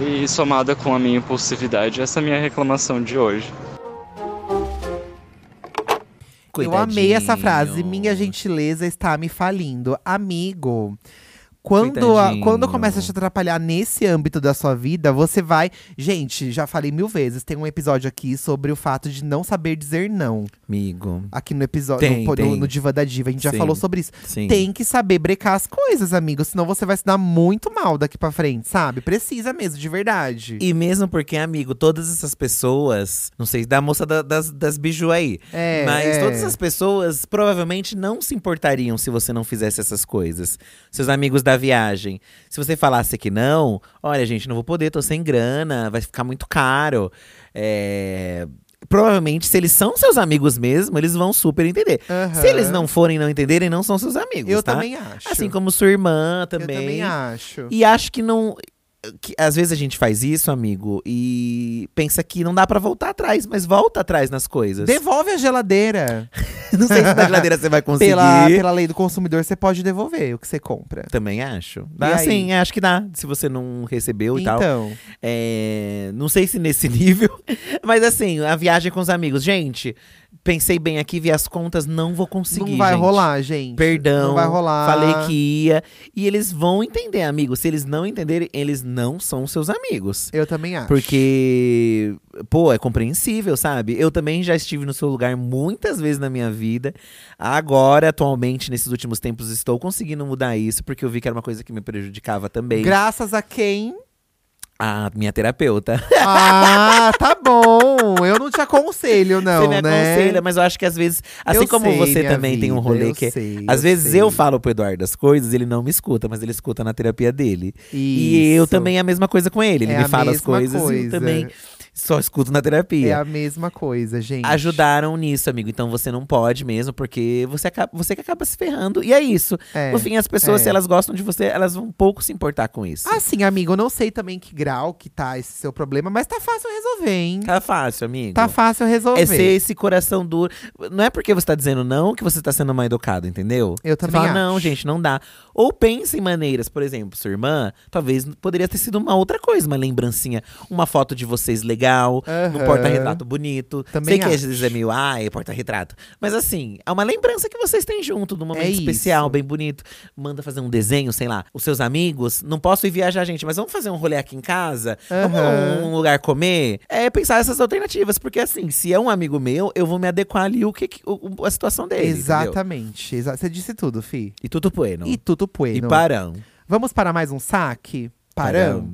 E somada com a minha impulsividade, essa é a minha reclamação de hoje. Eu amei essa Coitadinho. frase. Minha gentileza está me falindo. Amigo. Quando, a- Coitadinho. quando começa a te atrapalhar nesse âmbito da sua vida, você vai. Gente, já falei mil vezes, tem um episódio aqui sobre o fato de não saber dizer não. Amigo. Aqui no episódio, Tem, no, po- tem. no Diva da Diva, a gente já Sim. falou sobre isso. Sim. Tem que saber brecar as coisas, amigo, senão você vai se dar muito mal daqui pra frente, sabe? Precisa mesmo, de verdade. E mesmo porque, amigo, todas essas pessoas, não sei, da moça da- das, das biju aí. É, mas é. todas essas pessoas provavelmente não se importariam se você não fizesse essas coisas. Seus amigos da viagem. Se você falasse que não, olha, gente, não vou poder, tô sem grana, vai ficar muito caro. É, provavelmente, se eles são seus amigos mesmo, eles vão super entender. Aham. Se eles não forem e não entenderem, não são seus amigos, Eu tá? também acho. Assim como sua irmã Eu também acho. e acho que não. Que, às vezes a gente faz isso, amigo, e pensa que não dá pra voltar atrás, mas volta atrás nas coisas. Devolve a geladeira. não sei se na geladeira você vai conseguir. Pela, pela lei do consumidor, você pode devolver o que você compra. Também acho. E Dá aí? sim, é, acho que dá. Se você não recebeu e tal. Então, É, não sei se nesse nível, mas assim, a viagem com os amigos. Gente, pensei bem aqui, vi as contas, não vou conseguir. não vai gente. rolar, gente. Perdão. Não vai rolar. Falei que ia. E eles vão entender, amigo. Se eles não entenderem, eles não são seus amigos. Eu também acho. Porque, pô, é compreensível, sabe? Eu também já estive no seu lugar muitas vezes na minha vida. Agora, atualmente, nesses últimos tempos, estou conseguindo mudar isso, porque eu vi que era uma coisa que me prejudicava também. Graças a quem? a minha terapeuta. Ah, tá bom. Eu não te aconselho, não, você me né? aconselha, mas eu acho que às vezes, assim Eu como sei, você minha também tem um vida, rolê eu que. sei, às vezes sei. eu falo pro Eduardo as coisas, ele não me escuta, mas ele escuta na terapia dele. E eu Isso. também é a mesma coisa com ele. Ele É me a fala as mesma coisas e eu coisa. também só escuto na terapia. É a mesma coisa, gente. ajudaram nisso, amigo. Então você não pode mesmo, porque você, acaba, você que acaba se ferrando. E é isso. É. no fim, as pessoas, é. se elas gostam de você, elas vão pouco se importar com isso. Assim, amigo, eu não sei também que grau que tá esse seu problema, mas tá fácil resolver, hein? Tá fácil, amigo. Tá fácil resolver. é ser esse coração duro. Não é porque você tá dizendo não que você tá sendo mal educado, entendeu? Eu também Você fala, não, acho. gente, não dá. Ou pensa em maneiras, por exemplo, sua irmã, talvez poderia ter sido uma outra coisa, uma lembrancinha, uma foto de vocês legal, um Aham. porta-retrato bonito. Também Sei que às acho. vezes é meio, ai, porta-retrato. Mas assim, é uma lembrança que vocês têm junto, num momento É especial, isso. bem bonito. Manda fazer um desenho, sei lá, os seus amigos. Não posso ir viajar, gente, mas vamos fazer um rolê aqui em casa? Vamos a Aham. um lugar comer? É pensar essas alternativas, porque assim, se é um amigo meu, eu vou me adequar ali o que, que- o- o- a situação dele. entendeu? Exatamente. exa- Você disse tudo, Fi. E tudo bueno. E tudo E bueno. parão. Vamos para mais um saque? Paramos.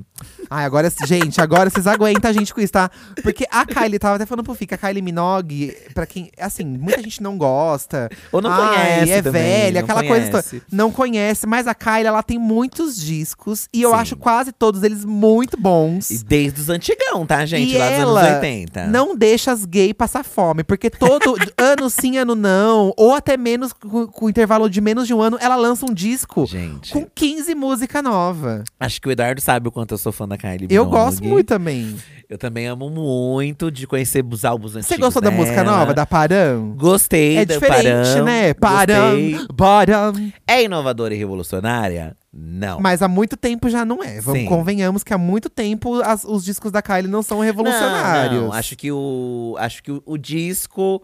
Ai, agora, gente, agora vocês aguentam a gente com isso, tá? Porque a Kylie, tava até falando pro Fica, a Kylie Minogue, pra quem, assim, muita gente não gosta. Ou não Ai, conhece é também, velha, não aquela coisa. conhece. toda. Não conhece, mas a Kylie, ela tem muitos discos. E eu Sim. acho quase todos eles muito bons. E é. desde os antigão, tá, gente? E Lá dos ela anos 80. Não deixa as gay passar fome, porque todo ano sim, ano não, ou até menos, com, com intervalo de menos de um ano, ela lança um disco Gente, com 15 música nova. acho que o Eduardo sabe o quanto eu sou fã da Kylie Eu Minogue. gosto muito também. Eu também amo muito de conhecer os álbuns antigos Você gostou da dela. música nova, da Parão? Gostei É da diferente, Parão, né? gostei. Parão, Bottom. É inovadora e revolucionária? Não. Mas há muito tempo já não é. Vamos, Sim. convenhamos que há muito tempo as- os discos da Kylie não são revolucionários. Não, Não, não, acho que o acho que o, o disco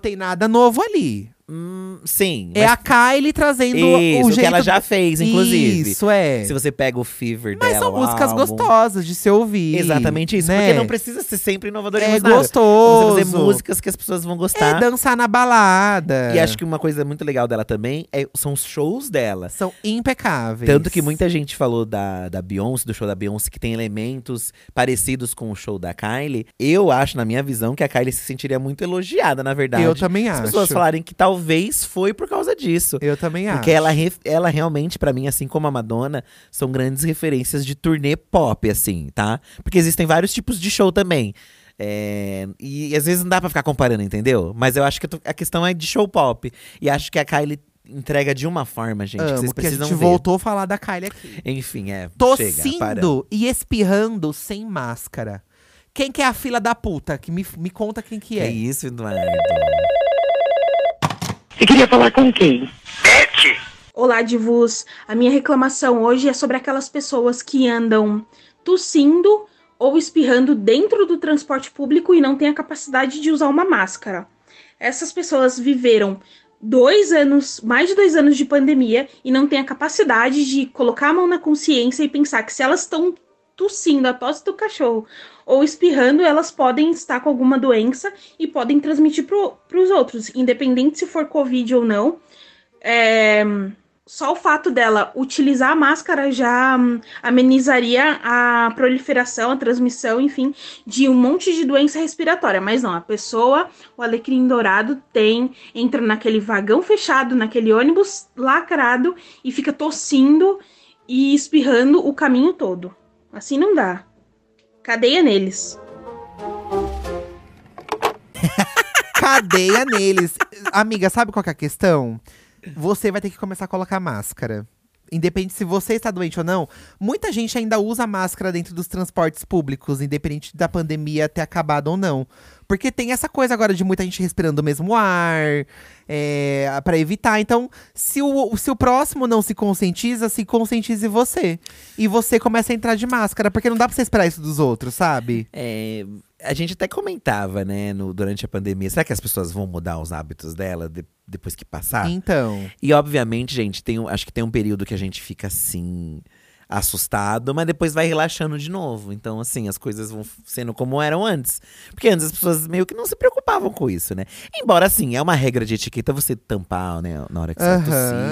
tem nada novo ali. hum, sim, é mas a Kylie trazendo isso o que jeito ela já fez, inclusive. Isso é. Se você pega o Fever Mas dela, são o músicas álbum, gostosas de se ouvir. Exatamente isso, né? porque não precisa ser sempre inovador e É revolucionário. gostoso. Você fazer músicas que as pessoas vão É gostar. dançar na balada. e acho que uma coisa muito legal dela também é- são os shows dela. são impecáveis. Tanto que muita gente falou da, da Beyoncé, do show da Beyoncé, que tem elementos parecidos com o show da Kylie. Eu acho, na minha visão, que a Kylie se sentiria muito elogiada, na verdade. Eu também As acho. pessoas falarem que talvez foi por causa disso. Eu também Porque acho. ela, é re- ela realmente, pra mim, assim como a Madonna, são grandes referências de turnê pop, assim, tá? Porque existem vários tipos de show também. É, e às vezes não dá pra ficar comparando, entendeu? Mas eu acho que eu tô- a questão é de show pop. E acho que a Kylie entrega de uma forma, gente, que Amo, vocês porque a gente precisam ver. voltou a falar da Kylie aqui. Enfim, é. chega, para. Tossindo e espirrando sem máscara. Quem que é a fila da puta? Que me, me conta quem que É é. isso, Eduardo. Você queria falar com quem? Olá, divos. A minha reclamação hoje é sobre aquelas pessoas que andam tossindo ou espirrando dentro do transporte público e não têm a capacidade de usar uma máscara. Essas pessoas viveram dois anos, mais de dois anos de pandemia e não têm a capacidade de colocar a mão na consciência e pensar que se elas estão tossindo a tosse do cachorro ou espirrando, elas podem estar com alguma doença e podem transmitir para os outros, independente se for Covid ou não. É, só o fato dela utilizar a máscara já hum, amenizaria a proliferação, a transmissão, enfim, de um monte de doença respiratória. Mas não, a pessoa, o alecrim dourado, tem, entra naquele vagão fechado, naquele ônibus lacrado e fica tossindo e espirrando o caminho todo. Assim não dá. Cadeia neles. cadeia neles. Amiga, sabe qual que é a questão? Você vai ter que começar a colocar máscara. Independente se você está doente ou não, muita gente ainda usa máscara dentro dos transportes públicos, independente da pandemia ter acabado ou não. Porque tem essa coisa agora de muita gente respirando o mesmo ar, é, para evitar. Então, se o, se o próximo não se conscientiza, se conscientize você. E você começa a entrar de máscara, porque não dá pra você esperar isso dos outros, sabe? É, a gente até comentava, né, no- durante a pandemia. Será que as pessoas vão mudar os hábitos dela de- depois que passar? Então. E obviamente, gente, tem, um- acho que tem um período que a gente fica assim, assustado, mas depois vai relaxando de novo. Então, assim, as coisas vão f- sendo como eram antes. Porque antes as pessoas meio que não se preocupavam com isso, né? Embora, assim, é uma regra de etiqueta você tampar, né, na hora que você Aham,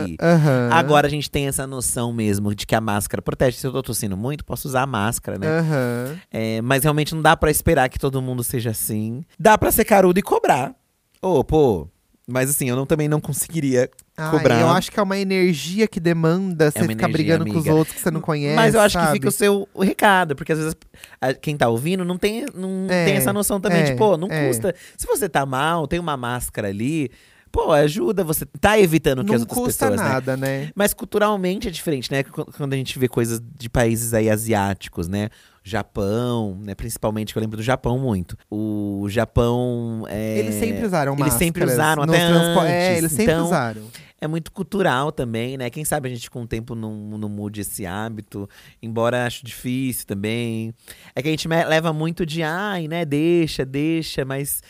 tossir. aham. Agora a gente tem essa noção mesmo de que a máscara protege. Se eu tô tossindo muito, posso usar a máscara, né? Aham. É, mas realmente não dá pra esperar que todo mundo seja assim. Dá pra ser carudo e cobrar. Ô, pô. Mas assim, eu não, também não conseguiria Ai, cobrar. É eu acho que é uma energia que demanda você uma ficar energia, brigando com os amiga. outros que você não conhece. Mas eu acho que sabe? fica assim, o seu o recado, porque às vezes a- quem tá ouvindo não tem, não É, tem essa noção também é, de, pô, não é. custa. Se você tá mal, tem uma máscara ali, pô, ajuda, você tá evitando que as Não outras custa pessoas, né? nada, né? Mas culturalmente é diferente, né? Qu- Quando a gente vê coisas de países aí asiáticos, né? Japão, né? Principalmente, que eu lembro do Japão muito. O Japão é. Eles sempre usaram eles máscaras. sempre usaram, nos até transpo- É, antes, eles sempre então- usaram. É muito cultural também, né? Quem sabe a gente com o tempo não, não mude esse hábito, embora acho difícil também. É que a gente me- leva muito de ai, né? Deixa, deixa, mas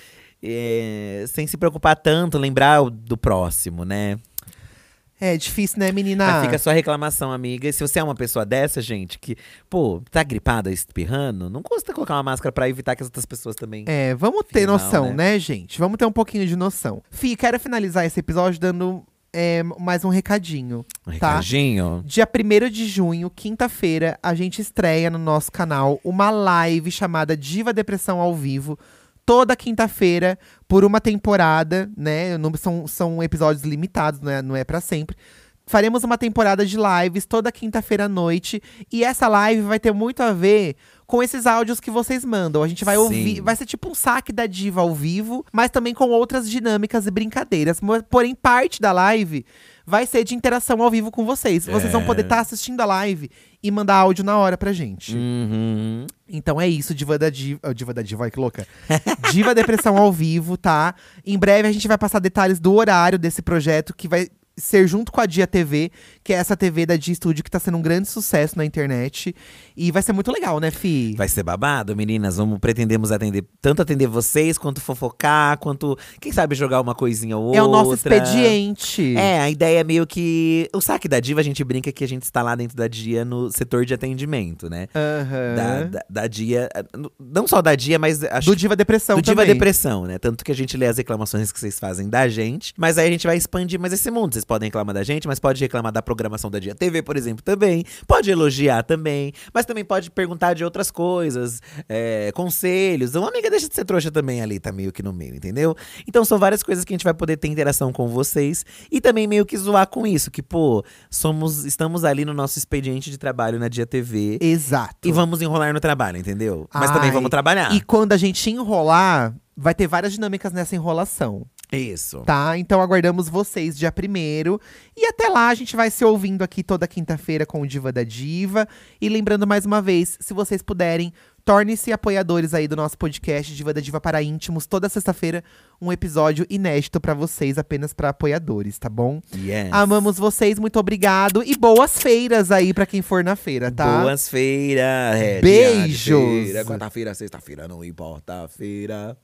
é, sem se preocupar tanto, lembrar o- do próximo, né? É difícil, né, menina? Aí fica assim. só reclamação, amiga. E se você é uma pessoa dessa, gente, que, pô, tá gripada, espirrando, não custa colocar uma máscara pra evitar que as outras pessoas também. É, vamos ter Final, noção, né? né? gente? Vamos ter um pouquinho de noção. Fih, quero finalizar esse episódio dando é, mais um recadinho. Um tá. recadinho. Dia 1 de junho, quinta-feira, a gente estreia no nosso canal uma live chamada Diva Depressão ao Vivo. Toda quinta-feira, por uma temporada, né? Não- São, são episódios limitados, né? não é pra sempre. Faremos uma temporada de lives toda quinta-feira à noite. E essa live vai ter muito a ver com esses áudios que vocês mandam. A gente vai Sim. ouvir, vai ser tipo um saque da diva ao vivo, mas também com outras dinâmicas e brincadeiras. Mo- Porém, parte da live vai ser de interação ao vivo com vocês. Vocês vão É. poder estar assistindo a live e mandar áudio na hora pra gente. Uhum. Então é isso, Diva da Diva. oh, Diva da Diva, olha que louca. Diva Depressão ao vivo, tá? Em breve a gente vai passar detalhes do horário desse projeto que vai ser junto com a Dia TV, que é essa TV da Dia Studio que tá sendo um grande sucesso na internet. E vai ser muito legal, né, Fi? Vai ser babado, meninas. Vamos pretendemos atender tanto atender vocês quanto fofocar, quanto quem sabe jogar uma coisinha ou outra. É o nosso expediente. É, a ideia é meio que o saque da Diva, a gente brinca que a gente está lá dentro da Dia no setor de atendimento, né? Aham. Da, da, da Dia, não só da Dia, mas acho É. Do Diva Depressão do Diva também. Depressão, né? Tanto que a gente lê as reclamações que vocês fazem da gente, mas aí a gente vai expandir mais esse mundo. Vocês podem reclamar da gente, mas pode reclamar da programação da Dia TV, por exemplo, também. Pode elogiar também, mas também pode perguntar de outras coisas, é, conselhos. Uma amiga deixa de ser trouxa também ali, tá meio que no meio, entendeu? Então são várias coisas que a gente vai poder ter interação com vocês e também meio que zoar com isso, que pô, somos, estamos ali no nosso expediente de trabalho na Dia TV. Exato. E vamos enrolar no trabalho, entendeu? Mas também Ai, vamos trabalhar. E quando a gente enrolar, vai ter várias dinâmicas nessa enrolação, É Isso. tá? Então aguardamos vocês dia primeiro. E até lá, a gente vai se ouvindo aqui toda quinta-feira com o Diva da Diva. E lembrando mais uma vez, se vocês puderem, torne-se apoiadores aí do nosso podcast Diva da Diva para íntimos. Toda sexta-feira, um episódio inédito pra vocês, apenas pra apoiadores, tá bom? Yes. Amamos vocês, muito obrigado. E boas feiras aí pra quem for na feira, tá? Boas feiras. é, dia de Beijos. feira, Quarta-feira, sexta-feira, não importa a feira.